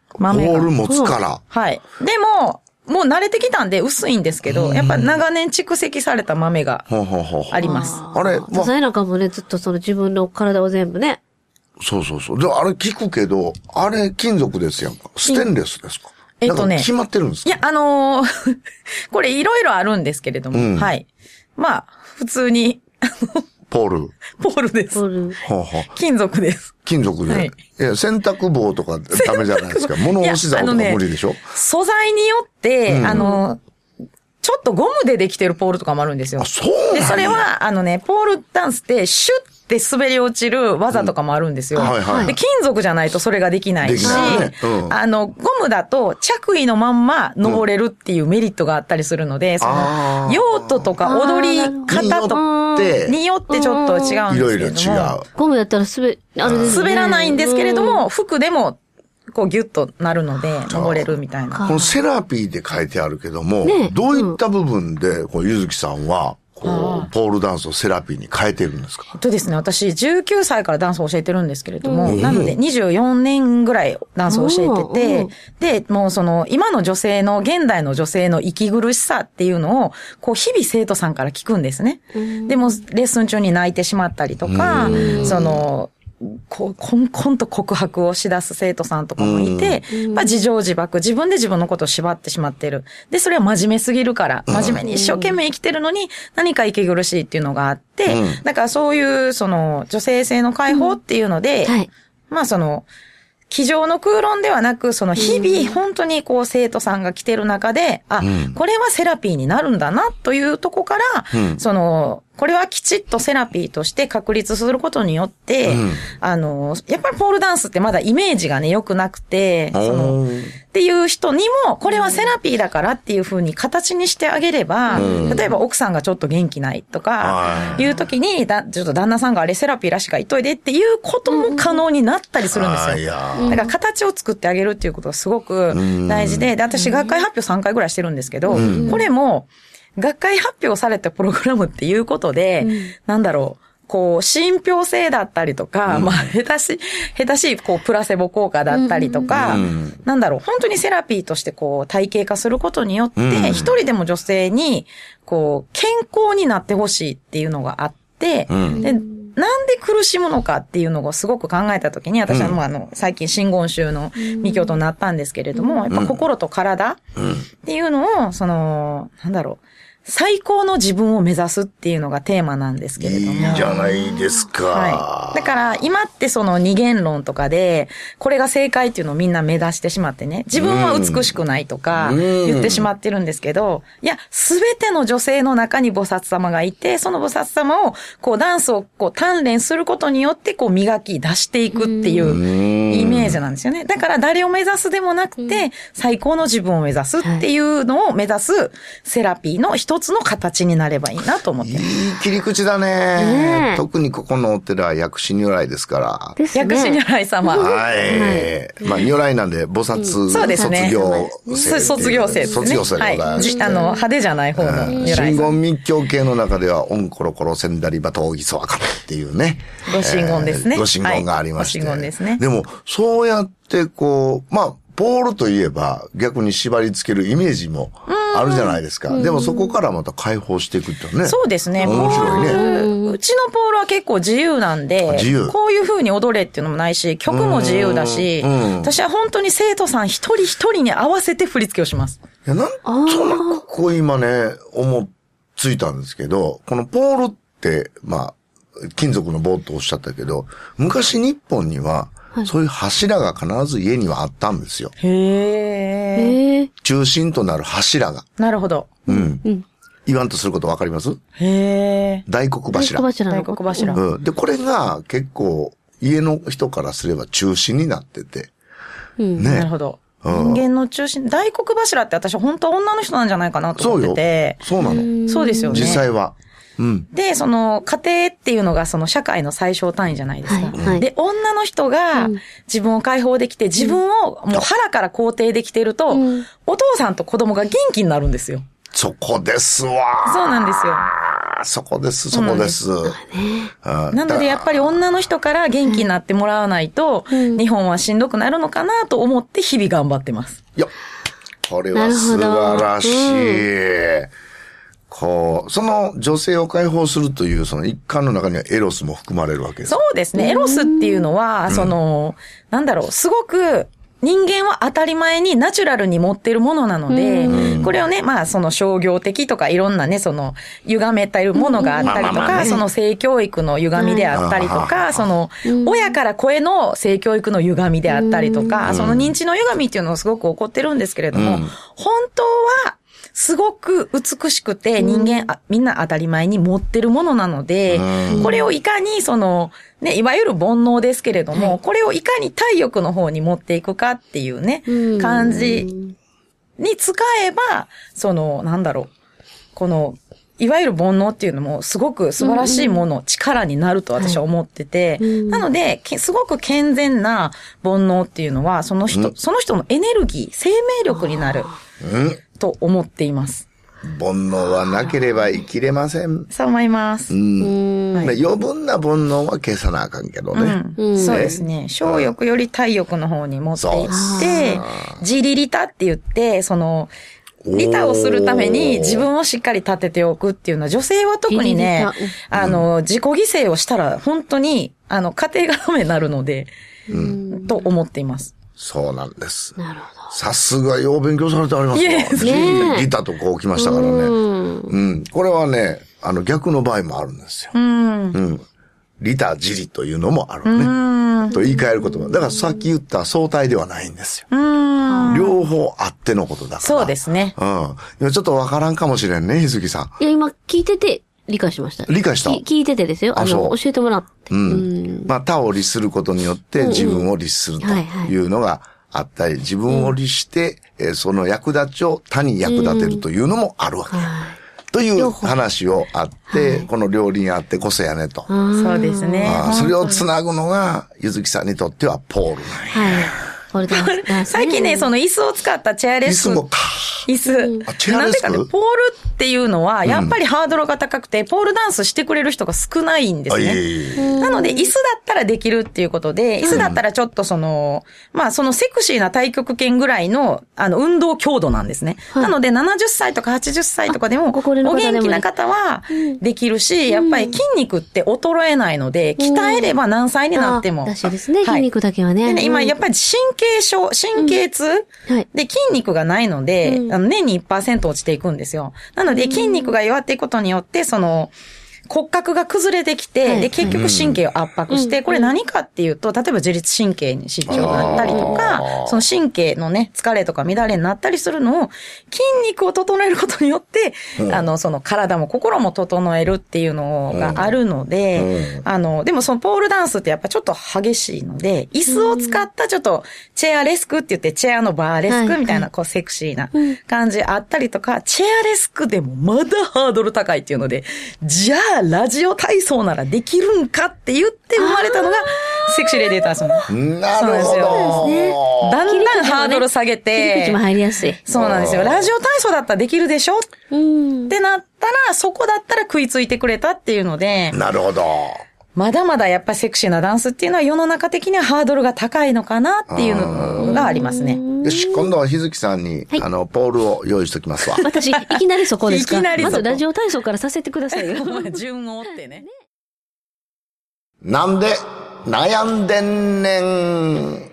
S2: ポ
S3: 豆が
S2: ール持つから。
S3: はい。でも、もう慣れてきたんで薄いんですけど、やっぱ長年蓄積された豆が
S2: ほうほうほうほう
S3: あります。
S2: あれ、まあ
S1: さえなんかもね、ずっとその自分の体を全部ね。
S2: そうそうそう。で、あれ聞くけど、あれ金属ですやんか。ステンレスですか。
S3: えっと
S2: な
S3: ね
S2: んか決まってるんです
S3: い
S2: か
S3: や、あのー これいろいろあるんですけれども、
S2: うん
S3: はい。まあ、普通に、あの
S2: ポール。
S3: ポールです
S1: ポ。ール。
S2: ほうほう
S3: 金属です。
S2: 金属で。
S3: はい
S2: い、や、洗濯棒とかダメじゃない ですか。物干し竿とか
S3: いやあのね
S2: 無理でしょ、
S3: 素材によって、あのーちょっとゴムでできてるポールとかもあるんですよ
S2: あ、。そうなん
S3: で、
S2: や
S3: それ、は、あのね、ポールダンスって、シュッて滑り落ちる技とかもあるんですよ。
S2: はいはい
S3: で、金属じゃないとそれができないし、
S2: できないねうん
S3: あの、ゴムだと着衣のまんま登れるっていうメリットがあったりするので、そ
S2: あ
S3: の、
S2: ー
S3: 用途とか踊り方
S2: によっ
S3: と
S2: て、
S3: によってちょっと違うん
S2: いろいろ
S3: で
S2: 違う
S3: すけれども、。
S1: ゴムだったら滑、あれですね
S3: 滑らないんですけれど。も、服でも、こうギュッとなるので、登れるみたいな。
S2: このセラピーで書いてあるけども、
S1: ね
S2: どういった部分で、こう、ゆずきさんは、こう、ポールダンスをセラピーに変えてるんですか
S3: えっとですね、私19歳からダンスを教えてるんですけれど
S2: う
S3: も、
S2: ん
S3: なので24年ぐらいダンスを教
S1: おー
S3: え
S1: お
S3: てて、で、もうその今の女性の、現代の女性の息苦しさっていうのを、こう日々生徒さんから聞くんですね。でもレッスン中に泣いてしまったりとか、その、こう、こんこんと告白をしだす生徒さんとかもいて、まあ自情自爆、自分で自分のことを縛ってしまってる。で、それは真面目すぎるから、真面目に一生懸命生きてるのに、何か息苦しいっていうのがあって、
S2: うん
S3: だからそういう、その、女性性の解放っていうので、
S1: はい。
S3: まあその、机上の空論ではなく、その日々、本当にこう生徒さんが来てる中で、あ、
S2: うん
S3: これはセラピーになるんだな、というとこから、
S2: うん
S3: その、これはきちっとセラピーとして確立することによって、
S2: うん
S3: あの、やっぱりポールダンスってまだイメージがね、良くなくて、その、
S2: お
S3: っ
S2: ー
S3: ていう人にも、これはセラピーだからっていうふうに形にしてあげれば、例えば奥さんがちょっと元気ないと
S2: は
S3: か、いう時に、だ、ちょっと旦那さんがあれセラピーらしかいといでっていうことも可能になったりするんですよ。
S2: あーいやー
S3: だから形を作ってあげるっていうことがすごく大事で、で、私学会発表3回ぐらいしてるんですけど、これも、学会発表されたプログラムっていうことで、なんだろう、こう、信憑性だったりとか、まあ、下手し、下手しい、こう、プラセボ効果だったりとか、
S2: うん
S3: なんだろう、本当にセラピーとしてこう、体系化することによって、
S2: うん
S3: 一人でも女性に、こう、健康になってほしいっていうのがあって、
S2: うん
S3: で、なんで苦しむのかっていうのをすごく考えたときに、私はもうあの、最近真言宗の未教徒になったんですけれども、やっぱ心と体っていうのを、その、なんだろう、最高の自分を目指すっていうのがテーマなんですけれども。
S2: いいじゃないですか。
S3: はい。だから、今ってその二元論とかで、これが正解っていうのをみんな目指してしまってね、自分は美しくないとか
S2: うん
S3: 言ってしまってるんですけど、いや、すべての女性の中に菩薩様がいて、その菩薩様を、こうダンスをこう鍛錬することによって、こう磨き出していくっていうイメージなんですよね。だから、誰を目指すでもなくて、最高の自分を目指すっていうのを目指すセラピーの一つの形になればいいなと思って
S2: い
S3: ます
S2: い切り口だね
S1: ね。え
S2: 特にここのお寺は薬師如来ですから。
S1: ですね。
S3: 薬師如来様。
S2: はい。まあ、如来なんで、菩薩
S3: そうですね
S2: 卒業生。
S3: す卒業生ですね。
S2: 卒業生でござい
S3: は
S2: ま
S3: い。
S2: し
S3: じ
S2: て
S3: あの、派手じゃない方の
S2: 真
S3: 由来さん。
S2: 言密教系の中では、オンコロコロセンダリバトウギソワカメっていうね。
S3: ご神言ですね
S2: えーご神言がありまして。
S3: はいご神言ですね
S2: でも、そうやってこう、まあ、ポールといえば逆に縛り付けるイメージもあるじゃないですか。でもそこからまた解放していくってね。
S3: そうですね。
S2: 面白いね
S3: ポールうちのポールは結構自由なんで
S2: 自由、
S3: こういう風に踊れっていうのもないし、曲も自由だし、
S2: うん
S3: 私は本当に生徒さん一人一人に合わせて振り付けをします。
S2: いや、なんとなくこう今ね、思、ついたんですけど、このポールって、まあ、金属の棒とおっしゃったけど、昔日本には、そういう柱が必ず家にはあったんですよ。
S3: へえ。
S1: へえ。
S2: 中心となる柱が。
S3: なるほど。
S2: うん。
S1: うん。
S2: 言わんとすることわかります
S3: へえ。
S2: 大黒柱。
S1: 柱の
S3: 大
S1: こ
S3: 黒
S1: と。
S3: 柱。
S2: うん。で、これが結構、家の人からすれば中心になってて。
S1: うん
S3: なる
S2: ね。
S3: ほど。
S2: うん
S3: 人間の中心、大黒柱って私本当は女の人なんじゃないかなと
S2: そう
S3: 思っ
S2: よ
S3: てて。。
S2: そうなの。
S3: そうですよね。
S2: 実際は。うん。
S3: で、その、家庭っていうのがその社会の最小単位じゃないですか。
S1: はいはい
S3: で、女の人が自分を解放できて、自分をもう腹から肯定できてると、
S1: うん
S3: お父さんと子供が元気になるんですよ。
S2: そこですわ。
S3: そうなんですよ。
S2: そこです、そこです。あー
S3: なので、やっぱり女の人から元気になってもらわないと、
S1: うん
S3: 日本はしんどくなるのかなと思って日々頑張ってます。
S2: いや、これは素晴らしい。こう、その女性を解放するというその一環の中にはエロスも含まれるわけです。
S3: そうですね。エロスっていうのは、その、なんだろう、すごく、人間は当たり前にナチュラルに持ってるものなので、これをね、まあ、その商業的とかいろんなね、その、歪めたいものがあったりと
S2: うんまあまあまあ
S3: か、
S2: ね
S3: その性教育の歪みであったりと
S2: は
S3: か、その、親から子への性教育の歪みであったりとか、その認知の歪みっていうのをすごく起こってるんですけれども、本当は、すごく美しくて人間、あみんな当たり前に持ってるものなので、これをいかにその、ね、いわゆる煩悩ですけれども、これをいかに体欲の方に持っていくかっていうね、
S1: うん
S3: 感じに使えば、その、なんだろう、この、いわゆる煩悩っていうのもすごく素晴らしいもの、力になると私は思ってて、なので、けすごく健全な煩悩っていうのは、その人、その人のエネルギー、生命力になると思っています。
S2: 煩悩はなければ生きれません。
S3: そう思います。
S1: うん。
S3: はい
S2: 余分な煩悩は消さなあかんけどね。
S3: うん、そうですね。小欲より体欲の方に持ってい
S2: そう
S3: って、自利利他って言って、その、
S2: おー
S3: 利他をするために自分をしっかり立てておくっていうのは、女性は特にね
S1: 自利利、
S3: あの、自己犠牲をしたら本当に、あの、家庭がダメになるので、と思っています。
S2: そうなんです。
S1: なるほ
S2: さすが、よう勉強されてあります
S3: いえ
S2: わ。
S1: ねえ
S2: ギターとこう来ましたから
S1: ど。
S2: ね。
S1: うん。
S2: うん。これはね、あの、逆の場合もあるんですよ。
S3: うん。
S2: うん。リタジリというのもあるね。
S3: うん。
S2: と言い換えることも。だからさっき言った相対ではないんですよ。
S3: うん。
S2: 両方あってのことだから。
S3: そうですね。
S2: うん。今ちょっとわからんかもしれんね、日月さん。
S1: いや、今聞いてて理解しました。
S2: 理解した
S1: き聞いててですよ。
S2: あ
S1: あの、
S2: そう
S1: 教えてもらって。う
S2: う
S1: ん
S2: ん。まあ、他を律することによって自分を律すると
S1: はいはい
S2: いうのがあったり、自分を律して、えーその役立ちを他に役立てるというのもあるわけ。
S1: はい
S2: という
S1: 両方
S2: 話をあって、この両輪あってこそやねと。
S1: あー
S3: そうですね
S2: あー。それをつなぐのが、ゆずきさんにとってはポールなんや。
S1: はい。こ れだ。
S3: 最近ね、その椅子を使ったチェアレ
S2: リ
S3: ス
S2: スもか。
S3: 椅
S2: あチェ
S3: 子。
S2: ア
S3: な
S2: デ
S3: ん
S2: ス
S3: で
S2: ク
S3: かね、ポールっていうのは、やっぱりハードルが高くて、ポールダンスしてくれる人が少ないんです
S2: あいえ
S3: ね。
S2: いえいえ
S3: なので、椅子だったらできるっていうことで、椅子だったらちょっとその、まあ、そのセクシーな太極拳ぐらいの、あの、運動強度なんですね。
S1: はい
S3: なので、70歳とか80歳とかでも、
S1: あご高齢の
S3: お
S1: 方でもね
S3: 元気な方はできるし、やっぱり筋肉って衰えないので、鍛えれば何歳になっても。
S1: らしいですね、
S3: は
S1: 筋
S3: い
S1: 肉だけはね。
S3: でね、今やっ
S1: ぱ
S3: ぱり神経症、神経痛、
S1: はい
S3: で、筋肉がないので、
S1: うん
S3: あの年に1%落ちていくんですよ。なので、筋肉が弱っていくことによって、その、骨格が崩れてきて、
S1: はい
S3: で、結局神経を圧迫して、
S1: うん
S3: これ何かっていうと、例えば自律神経に失調があったりとか
S2: あー、
S3: その神経のね、疲れとか乱れになったりするのを、筋肉を整えることによって、
S2: うん
S3: あの、その体も心も整えるっていうのがあるの
S2: う
S3: で、あの、でもそのポールダンスってやっぱちょっと激しいので、椅子を使ったちょっと、チェアレスクって言って、チェアのバーレスクみた
S1: はい
S3: い
S1: はい
S3: な、こうセクシーな感じあったりとか、チェアレスクでもまだハードル高いっていうので、じゃあラジオ体操ならできるんかって言って生まれたのが、セクシーレディーターさん。だ
S2: なる
S3: そ
S2: ほ
S1: なん
S3: う
S1: ですね
S2: ど。
S3: んだんハードル下げ
S1: 切り口
S3: て
S1: も、入りやすい。
S3: そう なんですよ。ラジオ体操だったらできるでしょっ
S1: うん。
S3: てなったら、そこだったら食いついてくれたっていうので、
S2: なるほど。
S3: まだまだやっぱセクシーなダンスっていうのは世の中的にはハードルが高いのかなっていうのがありますね。
S2: よし、今度は日月さんに、
S1: はい
S2: あの、ポールを用意しときますわ。
S1: 私、いきなりそこですか
S3: いきなり
S1: ま
S3: そこ
S1: ずラジオ体操からさせてください よ。
S3: 順を追ってね。
S2: なんで、悩んでんねん。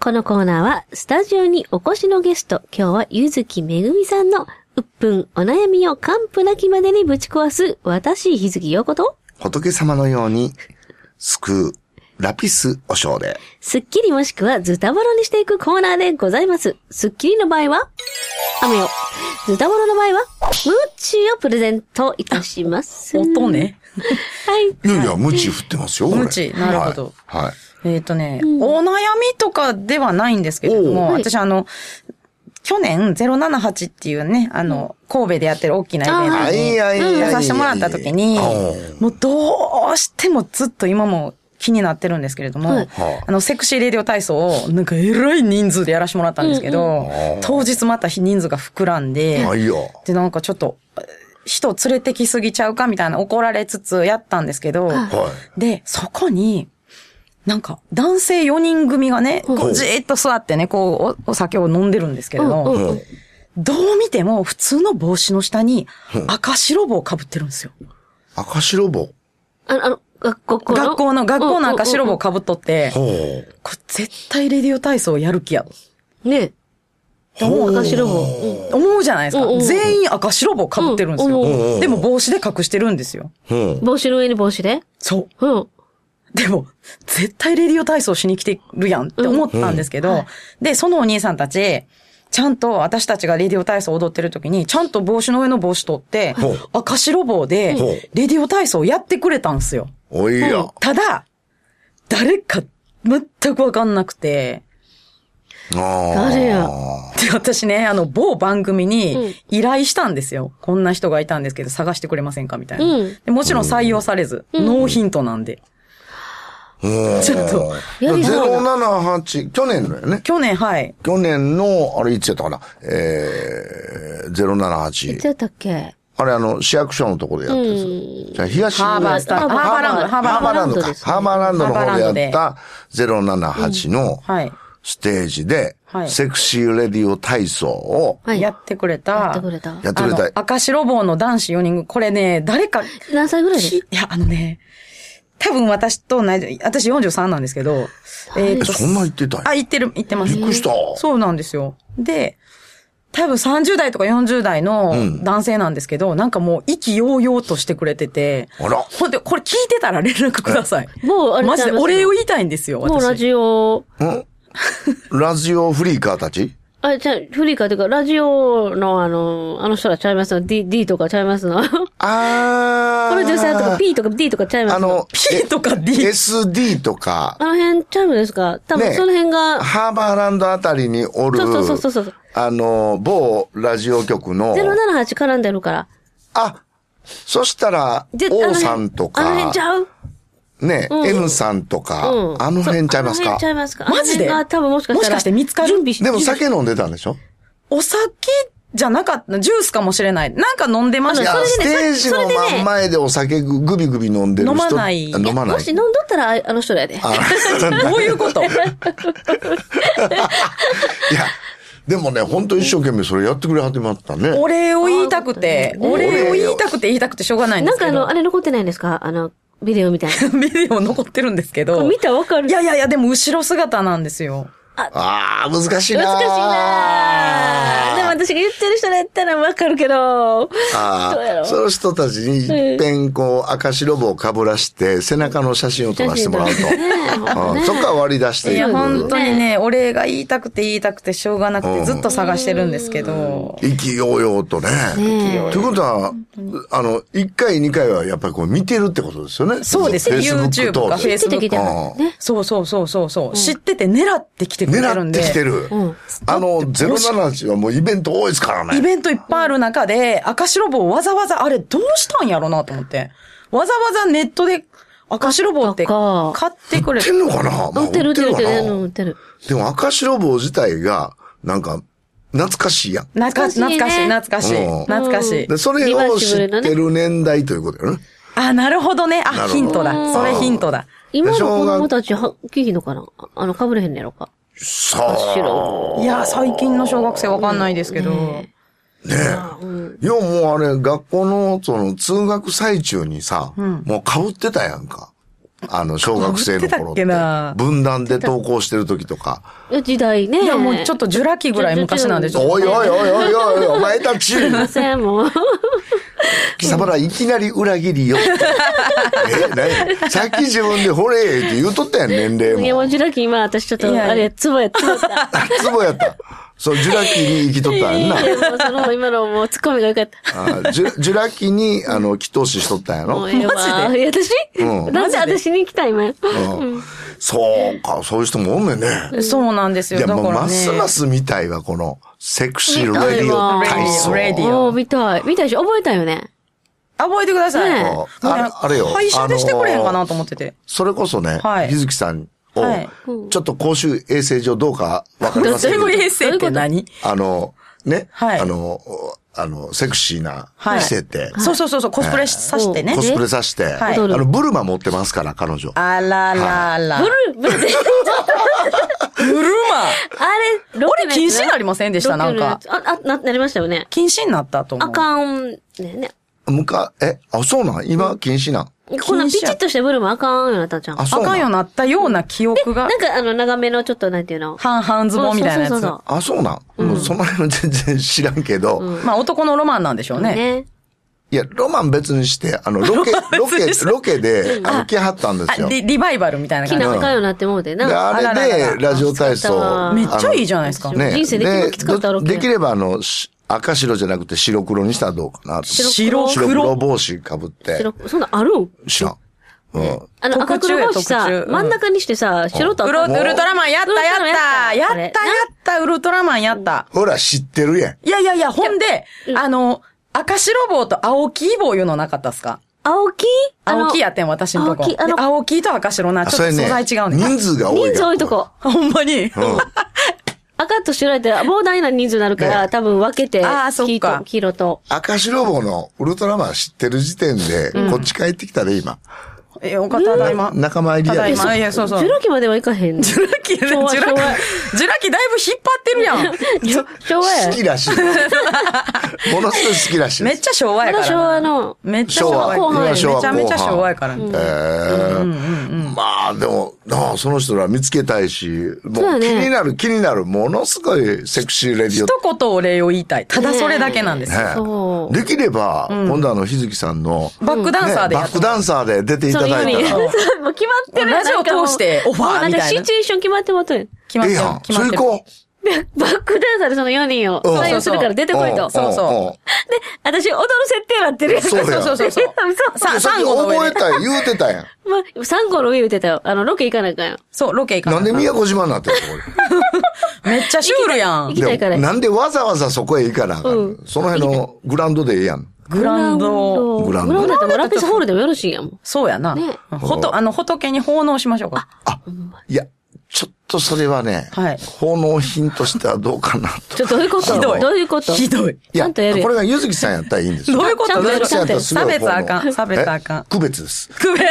S1: このコーナーは、スタジオにお越しのゲスト、今日はゆずきめぐみさんの、うっぷん、お悩みを完膚なきまでにぶち壊す、私、日月陽子と、
S2: 仏様のように、救う、ラピスお尚で。
S1: すっきりもしくはズタボロにしていくコーナーでございます。すっきりの場合は、雨よ。ズタボロの場合は、ムッチーをプレゼントいたします。
S3: 音。ね。
S1: はい。
S2: いやいや、無知振ってますよ、これ
S3: 無知なるほど。
S2: はい。はい
S3: えっ、とね、お悩みとかではないんですけれども、
S1: おうはい
S3: 私あの、去年078っていうね、あの、神戸でやってる大きなイベント
S1: あ
S3: に
S2: ーいやいやいやいや
S3: 出させてもらった時に
S2: う、
S3: もうどうしてもずっと今も気になってるんですけれども、
S1: はい
S2: はい
S3: あの、セクシーレディオ体操を、なんかえらい人数でやらせてもらったんですけど、当日また人数が膨らんで、
S2: はいよ。
S3: で、なんかちょっと、えー人連れてきすぎちゃうかみたいな怒られつつやったんですけど、
S2: は
S3: で、そこに、なんか、男性4人組がね、こ
S2: ほう
S3: うじーっと座ってね、こうお、お酒を飲んでるんですけれど
S1: うん
S2: い。
S3: も、
S2: うん。
S3: どう見ても普通の帽子の下に赤白帽を被ってるんですよ。
S2: 赤白帽。
S1: あの、あの、学校の。
S3: 学校の、学校の赤白帽を被っとって、
S2: ほう。
S3: これ絶対レディオ体操やる気や。
S1: ねえ。赤白帽。うん
S3: 思うじゃないですか
S1: うんうんう。ん
S3: 全員赤白帽を被ってるんです
S1: うん
S2: うんうん
S3: よ。でも帽子で隠してるんですよ。
S2: ほう。
S1: 帽子の上に帽子で。
S3: そう。
S1: うん。
S3: でも、絶対レディオ体操しに来てるやんって思ったんですけど、で、そのお兄さんたち、ちゃんと私たちがレディオ体操踊ってる時に、ちゃんと帽子の上の帽子取って
S2: ほう、
S3: 赤白帽で
S2: ほう、
S3: レディオ体操やってくれたんですよ。
S2: おいや。
S3: ただ、誰か全くわかんなくて、
S2: 誰
S1: 誰や
S3: で、 私ね、あの、某番組
S1: うん
S3: に依頼したんですよ。こんな人がいたんですけど、探してくれませんかみたいな、
S1: うん
S3: でもちろん採用されず、ノーヒントなんで。ちょっと
S1: やりづらい
S2: 078、去年のよね。
S3: 去年、はい。
S2: 去年の、あれいつやったかな、えー、 078。
S1: 言ってたっけ
S2: あれ、あの、市役所のところでやってるんですよ。東
S3: ハーバースタ
S2: あ
S3: ハーバーランド
S2: ハーバーランドか。ハ
S1: ハ
S2: ーバーランドの方でやった078の
S3: はい。
S2: ステージで
S3: は、い
S2: セクシーレディオ体操を
S1: はい。
S3: や
S1: や
S3: ってくれた。
S1: ってくれた。
S2: やってくれ
S3: あの
S2: た。
S3: 赤白棒の男子4人組、これね、誰か、
S1: 何歳ぐらいです
S3: いや、あのね、多分私と同じ、私43なんですけど、え
S2: え、
S3: ーと
S2: そんな言ってたんや
S3: あ、言ってる、言ってます。
S2: びっくりした。
S3: そうなんですよ。で、多分30代とか40代の
S2: ん
S3: 男性なんですけど、なんかもう意気揚々としてくれてて、
S2: あら。
S3: ほんで、これ聞いてたら連絡ください。
S1: もうあれ
S3: マジでお礼を
S1: 言
S3: 言いたいんですよ、私。
S1: もうラジオ、
S2: んラジオフリーカーたち
S1: あ、じゃあフリーカーというか、ラジオのあの、あの人らちゃいますの ?D、D とかちゃいます のプ
S2: あー。
S1: ロデューサーとか P とか D とかちゃいます
S2: あ
S1: の
S2: の、
S3: P とか D。
S2: SD とか
S1: あ、の辺ちゃうんですか多分
S2: ね
S1: その辺が、
S2: ハーバーランドあたりにおる、
S1: そうそうそうそうそう
S2: あの、某ラジオ局の、
S1: 078絡んでるから。
S2: あ、そしたら、
S1: で
S2: O さんと
S1: あの辺あの辺
S2: か
S1: ち、ゃう
S2: ね、
S1: うん
S2: N さんとか、
S1: うん。
S2: あの辺ちゃいます
S1: そうあの辺
S2: か
S1: ちゃいますか
S3: マジで
S1: あの辺が多分もしかしたら。
S3: もしかして見つかる
S1: 準備し
S2: でも酒飲んでたんでしょ
S3: お酒じゃなかった、ジュースかもしれない。なんか飲んでま
S2: い
S3: し
S2: や
S3: た。、
S2: ス
S1: それで
S2: テ
S1: ね
S2: ージ
S1: それ
S2: の
S1: でね
S2: 真ん前でお酒ぐぐびぐび飲んでる人。
S3: 飲まない
S2: あ飲まない
S1: もし。飲んどったらああの人らやで。
S2: あ
S3: どういうこと
S2: いや、でもね、本当一生懸命それやってくれはってまったね。
S3: お礼を言いたくて、
S1: あー
S3: お礼を言いたくて言いたくてしょうがないんで
S1: なん
S3: すけ
S1: かあ
S3: ど。
S1: の、あれ残ってないんですかあの、ビデオみたいな。
S3: ビデオ残ってるんですけど。
S1: 見たらわかる
S3: いやいやいや、でも後ろ姿なんですよ。
S2: ああ、難しいなー。
S1: 難しいなーでも私が言ってる人らやったらわかるけど。どうや
S2: あ
S1: ろ
S2: あ、その人たちにいっぺんこう赤白帽をかぶらして背中の写真を撮らせてもらうと。うんそこから割り出して
S3: い
S2: い
S3: や、本
S2: く。
S3: 当にね、お礼が言いたくて言いたくてしょうがなく
S2: う
S3: て
S2: ん
S3: ずっと探してるんですけど。
S2: 意気揚々とね。
S1: ねえ
S2: ということは、あの、1回、2回はやっぱりこう見てるってことですよね。
S3: そうです
S2: Facebook
S3: YouTube
S2: と
S3: か
S2: かで
S3: Facebook
S1: 出てきたのね。
S3: そうそうそうそうそう、知ってて狙ってきてくれてる
S2: 狙
S3: ん
S2: っ
S3: で。
S2: てきてる
S1: うん。
S2: あの、078はもうイベント多いですから
S3: イ
S2: ね。
S3: ベントいっぱいある中で、赤白棒わざわざ、あれどうしたんやろなと思って。わざわざネットで赤白棒って
S1: あった
S3: 買ってく
S2: 売
S3: れ
S2: って
S3: る。
S2: んのかなまあ
S1: 売ってる売ってる売ってる。うん売
S2: の
S1: っ
S2: か
S1: てる。
S2: なでも赤白帽自体が、なんか、懐かしいやん。
S3: 懐かしい、懐
S1: 懐か
S3: か
S1: し
S3: し
S1: い
S3: い、
S1: ね
S3: 懐かしい
S2: うん。
S3: 懐かしい
S2: で、。それ
S1: リバ
S2: を
S1: ー
S2: 知
S1: シ
S2: っ
S1: ブルなね
S2: てる年代ということよね。
S3: あ、なるほどね。
S2: なる
S3: あ、
S2: ほど
S3: ヒントだ。それヒントだ。
S1: 今の子供たちは、聞きのかなあの、被れへんのやろか。
S2: さ
S1: 白
S2: あ。
S3: いや、最近の小学生わかんないですけど。
S1: ね
S2: ねえ。いや、もうあれ、学校の、その、通学最中にさ、もう被ってたやんか。あの、小学生の
S3: 被ってた
S2: 頃っ。
S3: ってけな
S2: 分断で登校してる時とか。
S1: いや時代ね。
S3: いや、もうちょっとジュラ紀ぐらい昔なんで、ちょっと
S2: おいおいおいおいおい、お前た ち、
S1: すいません、もう。
S2: 貴様らいきなり裏切りよ。え、何さっき自分で掘れって言うとったやん、年齢も。
S1: いや、もうジュラキ今、私ちょっと、
S3: いやいや
S1: あれ、ツボや、ツボやった。
S2: あツボやった。そう、ジュラ紀に生きとったやんな。
S1: いやもうその、今のもう、ツッコミが良かった。
S2: あジュジュラ紀に、あの、祈祷師しとったんやろ
S1: もうええわ。
S3: マ
S1: いや、私、
S2: うん
S1: なんで
S3: マジで
S1: 私に来た、今。
S2: うんそうか、そういう人もおんねんね。
S3: そうなんですよ。
S2: いや、
S3: だか
S2: も
S3: ら
S2: う
S3: ね。
S2: ますます見たいわ、この、セクシーレディオ
S1: 見たいわ
S2: 体操。
S3: レディオ
S1: おー、見たい。見たいし、覚えたよね。
S3: 覚えてください。
S1: ねえ
S3: もう
S2: ああれよ
S3: 配信でしてくれへんかなと思ってて。
S2: それこそね、
S3: はい
S2: 日月さんを
S3: はい、
S2: ちょっと公衆衛生上どうかわかりませんけ
S3: で
S2: ど
S3: も、衛生って何
S2: あの、ね、
S3: はい
S2: あの、あの、セクシーな
S3: はい
S2: 着せて、
S3: そうそうそうそう、コスプレさしてね
S2: コ。スプレさして、
S3: はい
S2: あの、ブルマ持ってますから、彼女。
S3: あららら。ブ
S1: ブル、ブルで、
S3: ルマ
S1: あれ、ロケのやつ
S3: 俺禁止になりませんでした
S1: ロケのやつあ、あ、な、なりましたよね。
S3: 禁止になったと思う。
S1: あかん、ねね。
S2: むか、え、あ、そうなん今、禁止なん
S1: こんなピチッとしたブルもあかんようになったじゃん。
S2: あ、
S1: あ
S2: そう
S3: あか
S2: なん
S3: ようになったような記憶が
S1: な。んか、あの、長めの、ちょっと、なんていうの。
S3: 半々ズボンみたいなや
S1: そう
S3: つ
S1: そう。そ
S2: あ、そうなん、もうその辺は全然知らんけど、
S3: まあ男のロマンなんでしょう
S1: うそう。
S3: ね。
S1: ね。
S2: いや、ロマン別にして、あの、ロ ケ、ロ
S3: 別に
S2: ケ
S3: し、て
S2: ロケで、あの、来はったんです
S3: あ
S2: よ。で、
S3: リリバイバルみたいな
S1: 気
S3: 感じ。
S1: なあかんようになってもうて、なんか。
S2: あ
S3: あららら
S2: れで、
S3: ら
S2: ラジオ体
S1: あ使った
S2: 操。
S1: わ
S3: めっちゃいいじゃ
S2: ん。
S3: ないですか。
S2: ね、
S1: 人生で一番きつかったロケ
S2: でできれば、あの、し赤白じゃなくて白黒にしたらどうかなと。
S1: 白黒
S2: 白黒帽子かぶって。
S1: 白そんなんあるん
S2: 知らん。うん。
S1: あの、赤
S3: 特注
S1: 黒帽子さ
S3: 特注う、ん
S1: 真ん中にしてさ、白と
S3: ウ
S1: 赤
S3: ロ
S1: の
S3: ウルトラマンやったやったや
S1: ウルトラマン
S3: った
S1: やっ
S3: やった
S1: あれ
S3: たウルトラマンやった
S2: ほら、知ってるやん。
S3: いやいやいや、ほんで、あの、赤白棒と青木棒いうのなかったっすか
S1: 青木あの
S3: 青木やってん、私んとこ。
S1: 青木あの
S3: で青木と赤白な、
S2: あ
S3: ちょっと素材違うねん。
S2: 人数が多い。
S1: 人数多いとこ。。
S3: あほんまに。
S2: うん。
S1: 赤と白やったら膨大な人数になるから、
S2: ね
S1: 多分分けて、
S3: あーそっか
S1: 黄と黄色と。
S2: 赤白棒のウルトラマン知ってる時点で、こっち帰ってきたで、今。
S3: え、お方だいま。
S2: 仲間入りや
S3: ただ
S2: で
S3: い。ま。いや、そうそう。
S1: ジュラ紀まではいか へん。
S3: ジュラキ、ジュ
S1: 昭
S3: ラ
S1: 和
S3: キ、ジュラ
S1: 昭
S3: キだいぶ引っ
S1: 和
S3: 張ってるやん。
S1: 昭和や
S2: 好。きらしい。ものすごい好きらしいで
S3: めっ
S2: す。
S3: ちゃ昭和
S1: あ
S3: やか
S1: の
S3: らな。
S1: 昭和の、
S3: めっちゃ
S2: 昭
S3: 昭和
S2: 和。
S3: や
S1: 後半
S2: 今
S1: めち
S2: 昭和
S3: めちゃめちゃ昭和やから。
S2: えーまあ、でも、なあ、その人ら見つけたいし、
S1: そう
S2: も
S1: よ
S2: う気
S1: ね
S2: になる気になる、ものすごいセクシーレディオ
S3: 一言お礼を言いたい。ただそれだけなんですよ。
S1: そう
S2: ね。できれば、今度あの、日月さんの、
S3: バックダン
S2: ね
S3: サーでや
S2: バ
S3: っ
S2: ッ
S3: て
S2: クダンサーで出てい
S1: そ
S2: た
S1: の
S2: だ
S1: よう
S2: い
S1: に、
S2: た ら、
S1: そうもう決まってるやん
S3: ラジオ
S1: なんかもう
S3: 通してオファーみ
S1: もうな
S3: たいな
S1: んかシチュエーション決まってもとる
S3: 決まっ
S2: ええ
S3: てる
S2: やん。。
S3: 決
S2: そ
S3: まっ
S2: れ
S3: て
S2: 行
S3: る。
S2: こう。
S1: バックダンサーでその4人を
S2: うん
S1: 左右するから出てこいと。
S3: そうそう
S1: で、私踊る設定なってるやんか。
S2: そうや
S3: そうそうそうそう。
S1: 嘘
S3: さ
S2: ん。さっ
S3: サ
S2: き
S3: ンゴの上で
S2: 覚えたい、言うて たやん。
S1: まあ、三個の上言うてたよ。あの、ロケ行かなあかんよ。
S3: そう、ロケ行か
S2: なんで
S3: な
S2: 宮古島になってんの
S3: めっちゃシュールや
S1: 行。
S3: ん
S1: きたいから
S2: 俺。なんでわざわざそこへ行かなあかんの、
S1: うん
S2: その辺のグラウンドでええやん。
S3: グランド。
S2: グ
S1: グ
S2: ラ
S1: ラ
S2: ウ
S1: ウ
S2: ン
S1: ン
S2: ド
S1: ド。グラウンドやったらラピスホールでもよろしいやんもん。
S3: そうやな
S1: ね。
S3: ほと、あの、仏に奉納しましょうか。
S2: いや、ちょっとそれはね、
S3: はい
S2: 奉納品としてはどうかなと。
S1: ちょ、どういうこと
S2: ひ
S1: ど
S2: ど
S1: う
S2: い
S1: いうこと
S3: ひどい。
S2: い
S1: ちゃんとやるやん
S2: これがゆずきさんやったらいいんですよ。
S3: どういうこと
S1: ちゃんとやる
S2: 柚木さんやったらすぐ
S3: 差別あか
S2: 奉納
S3: ん。差別あかん
S2: え。区別です。
S3: くべ、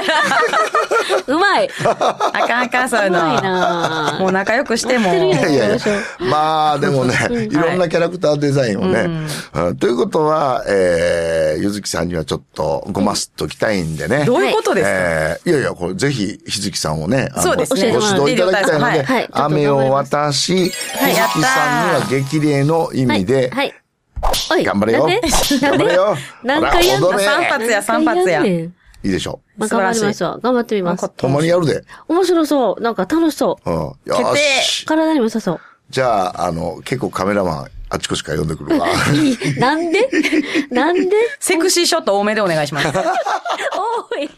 S1: うまい。う
S3: あかん あかん、そういう
S1: まい
S3: の。
S1: な
S3: もう仲良くしても。
S1: や
S2: いやいやいや
S1: そうでし。
S2: まあ、でもね、いろんなキャラクターデザインをね。うんということは、えー、ゆずきさんにはちょっとごますっときたいんでね。
S3: どういうことですか
S2: えーいやいや、これぜひ、ひづきさんをね、あの
S3: そうです
S1: ね
S2: ご指導いただきたいの
S3: はい
S2: で、
S1: はいちょっと頑張
S2: 雨
S1: ります
S2: を渡し、ひづきさん
S3: い
S2: に
S3: やったー
S2: は激励の意
S1: はい。
S2: 味で、
S1: はい。おい。
S2: 頑張れよ
S1: なんで
S2: 頑張れよ
S1: なんで何回やん
S2: ほら踊
S1: の
S2: れ
S3: 三発や三発
S1: 何
S3: や
S1: 回んねん
S2: いいでしょ
S1: まあ、
S3: 素
S1: 頑張
S3: 晴ら
S1: り
S3: しい
S1: ますわ。頑張ってみます。
S2: う。ほんまにやるで。
S1: 面白そう。なんか楽しそ
S2: うん。よーし。
S1: う。体にも良さそう。
S2: じゃあ、あの、結構カメラマン、あちこちから呼んでくる わ。
S1: いい なんでなんで
S3: セクシーショット多めでお願いします。
S1: おい。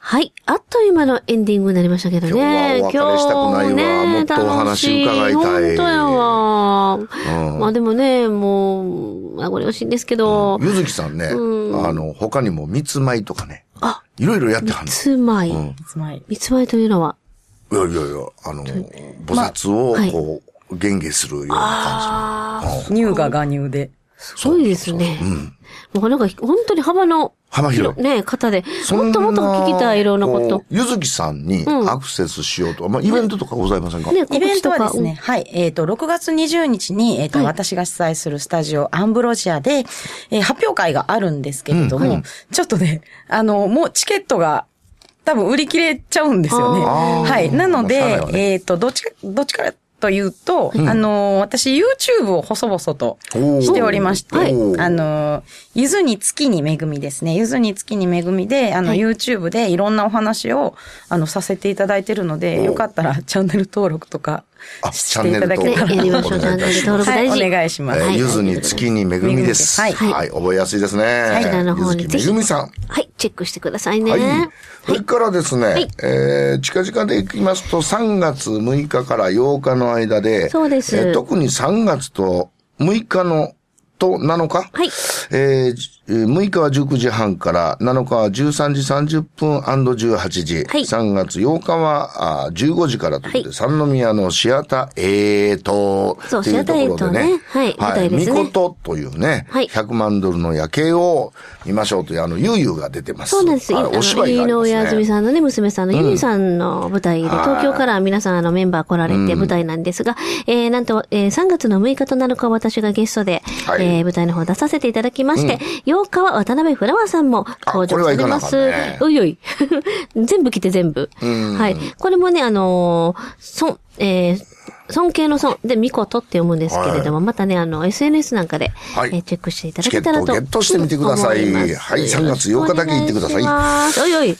S1: はい。あっという間のエンディングになりましたけどね。
S2: 今日はお別れしたくないわもっとお話伺いたい
S1: 楽し本当やわ。
S2: うん
S1: まあでもね、もう、名残惜しいんですけど、
S2: ゆずきさんね、
S1: うん
S2: あの、他にも、三つ舞とかね、
S1: あ、
S2: いろいろやってはん
S1: 三つ
S2: の。
S1: 舞。
S2: うん
S3: つまり。
S1: 三つ舞というのは、
S2: いやいやいや、あの、菩薩を
S1: まあはい
S2: こう、言下するような感
S1: ああ、
S3: 乳が我乳で。
S1: すごいですね。もうなんか、本当に幅の、
S2: 幅広い
S1: ね、方で、
S2: じ。
S1: もっともっと聞きたい、いろんなこ
S2: そん
S1: と
S2: こ。う。ゆずきさんに
S1: うん
S2: アクセスしようと。まあ、イベントとかございませんか
S1: ね、
S3: イ
S1: 告
S3: ベン
S1: 知と
S3: トはで
S1: か。
S3: すね、はい、えっ、と、6月20日に、えっ、と、
S1: はい
S3: 私が主催するスタジオアンブロジアで、えー発表会があるんですけれども、ちょっとね、あの、もうチケットが、多分売り切れちゃうんですよね。
S2: あー
S3: はい。なので、
S2: まあしゃあないわね
S3: えっ、と、どっちか、どっちからというと、あの、私 YouTube を細々と
S2: おー
S3: しておりまして、
S2: はいおー
S3: あの、ゆずに月に恵みですね。ゆずに月に恵みで、あの、
S1: はい
S3: YouTube でいろんなお話を、あの、させていただいてるので、よかったらチャンネル登録とか
S2: あ
S3: していただ
S2: チ
S3: け
S2: ャ
S3: た
S2: ン
S3: ら。
S2: ネ
S1: ね、
S2: ル
S1: やりましょう。チャンネル登録大
S3: はい、お
S1: 事。
S3: 願いします。
S2: え
S1: は
S2: ー
S1: い
S2: ゆずに月に恵みです。
S3: 恵みですはい
S2: はい。覚えやすいですね。はい
S1: そちらの方に
S2: ゆずきめぐみさん。
S1: はい、チェックしてくださいね。
S2: はい。それからですね、
S1: い
S2: えー近々でいきますと、3月6日から8日の間で、
S1: そうです
S2: えー特に3月と6日の、と7日
S1: はい
S2: えーじえー6日は19時半から、7日は13時30分 &18 時、
S1: はい
S2: 3月8日はあー15時からということで、三宮のシアターエート
S1: そう
S2: っていうところでね、
S1: シアターエイトねはい舞台で
S2: ミ
S1: すね
S2: コトというね、
S1: はい
S2: 100万ドルの夜景を見ましょうという、あの、ゆうゆうが出てます。
S1: そうなんです。
S2: あ
S1: あ
S2: れ
S1: の
S2: お芝居が
S1: 飯
S2: あり
S1: 野
S2: ま
S1: 親
S2: す
S1: 澄
S2: ね。
S1: さんのね、娘さんのゆみさんの舞台で、
S2: はい
S1: 東京から皆さんあのメンバー来られて舞台なんですが、えー、なんと、えー、3月の6日と7日は私がゲストで、
S2: はい
S1: えー、舞台の方出させていただきまして、8日は渡辺フラワーさんも登場されま
S2: あこれ
S1: す
S2: はいかなあ。か
S1: ういおい。 全部来て全部。はい。これもね、あのー、そ、えー、尊敬の尊で、みことって読むんですけれども、またね、あの、SNS なんかで、
S2: はい
S1: えーチェックしていただ
S2: チ
S1: け
S2: ケッ
S1: た
S2: ト
S1: ら
S2: を
S1: と。
S2: ゲットしてみてください。
S1: うん思ます
S2: はい、3月8日だけ行ってください。
S1: おいおい。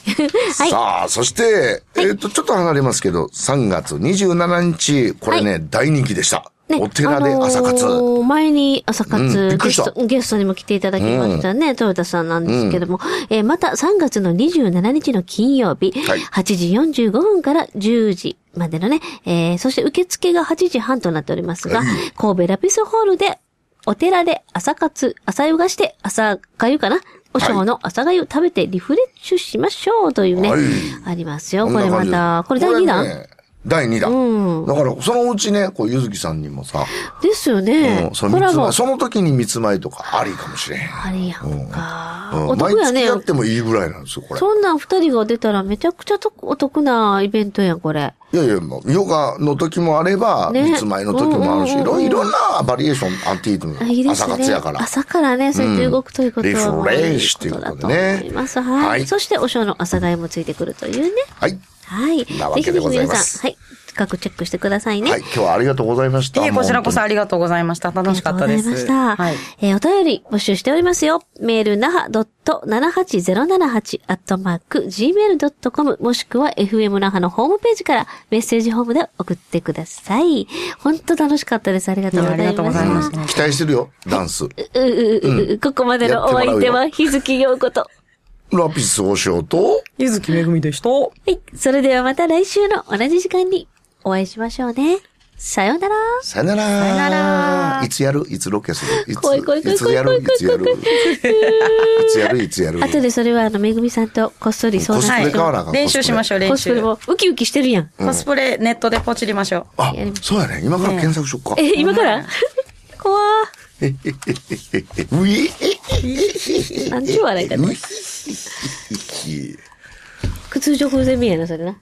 S1: はい。
S2: さあ、そして、えっと、ちょっと離れますけど、3月27日、これね、大人気でした。
S1: ね
S2: お寺で朝活。
S1: あのー前に朝
S2: うんび
S1: 活
S2: っくり
S1: ゲ
S2: した
S1: スト、ゲストにも来ていただきましたね、豊田さんなんですけども、えーまた3月の27日の金曜日、
S2: はい
S1: 8時45分から10時までのね、えーそして受付が8時半となっておりますが、神戸ラピスホールで、お寺で朝活、朝湯がして、朝粥かなお正の朝粥食べてリフレッシュしましょうというね、
S2: はい
S1: ありますよ。
S2: こん
S1: こ
S2: な
S1: れ
S2: 感
S1: ま
S2: じ
S1: た、これ第2弾、
S2: ね第2弾。
S1: うん
S2: だから、そのうちね、こう、ゆずきさんにもさ、
S1: ですよね
S2: うん、。そ
S1: コ
S2: の三
S1: ラ
S2: つ
S1: ボ
S2: ま。その時に三つ舞とかありかもしれへん。
S1: ありやんか。
S2: うん
S1: お
S2: 毎
S1: 得や
S2: 月
S1: ね
S2: や。ってもいいぐらいなんですよ、これ。
S1: そんなん二人が出たらめちゃくちゃとお得なイベントやん、これ。
S2: いやいや、もうヨガの時もあれば、
S1: ね
S2: 三つ舞の時もあるし、
S1: うん
S2: い
S1: うんうんう
S2: ろ
S1: ん
S2: いろなバリエーション、アンティーク
S1: あいい
S2: の
S1: です
S2: 朝
S1: ね。
S2: 活やから。
S1: 朝からね、そうやって動くということは、
S2: うん
S1: まあ
S2: リフレッシュということでね
S1: いいことだと思います。はい。
S2: はい
S1: そして、お正の朝替えもついてくるというね。
S2: はい。
S1: はい。
S2: なわけでございます
S1: ぜひぜひ皆さん、はい。深くチェックしてくださいね。
S2: はい、今日はありがとうございました。
S3: ええこちらこそ
S2: もう本
S3: ありがとうございました。楽しかったです。
S1: ありがとうございました。
S3: はい。
S1: えーお便り募集しておりますよ。メール、なは .78078 アットマーク gmail.com もしくは FM 那覇のホームページからメッセージホームで送ってください。本当楽しかったです。ありがとうございました。
S3: いやありがとうございました
S2: 当に期待してるよ、ダンス。
S1: うううううここまでのお相手は日月陽子と。
S2: ラピス王将と、
S3: ゆずきめぐみでした。
S1: はい。それではまた来週の同じ時間にお会いしましょうね。さようなら。
S2: さよなら。
S3: さよなら
S2: いつやるいつロケするいつ
S1: 怖い怖い怖い
S2: いつや
S1: 怖
S2: る
S1: い
S2: い
S1: 怖い
S2: つやる
S1: 怖い
S2: いつやるいつやる
S1: 後でそれはあの、めぐみさんとこっそり相
S2: コスプ
S1: 談
S2: レ
S1: して
S2: 買わなあ
S1: も。
S2: かん
S3: 練習しましょう、練
S1: コスプ
S3: 習
S1: レ。もウキウキしてるやん。
S3: コスプレネットでポチりましょう。
S2: あ、そうやね。今から検索しよっか。
S1: え、今から怖
S2: うい
S1: ー。なんちゅう笑い方。
S2: うい
S1: 通常風船みたいな、それな。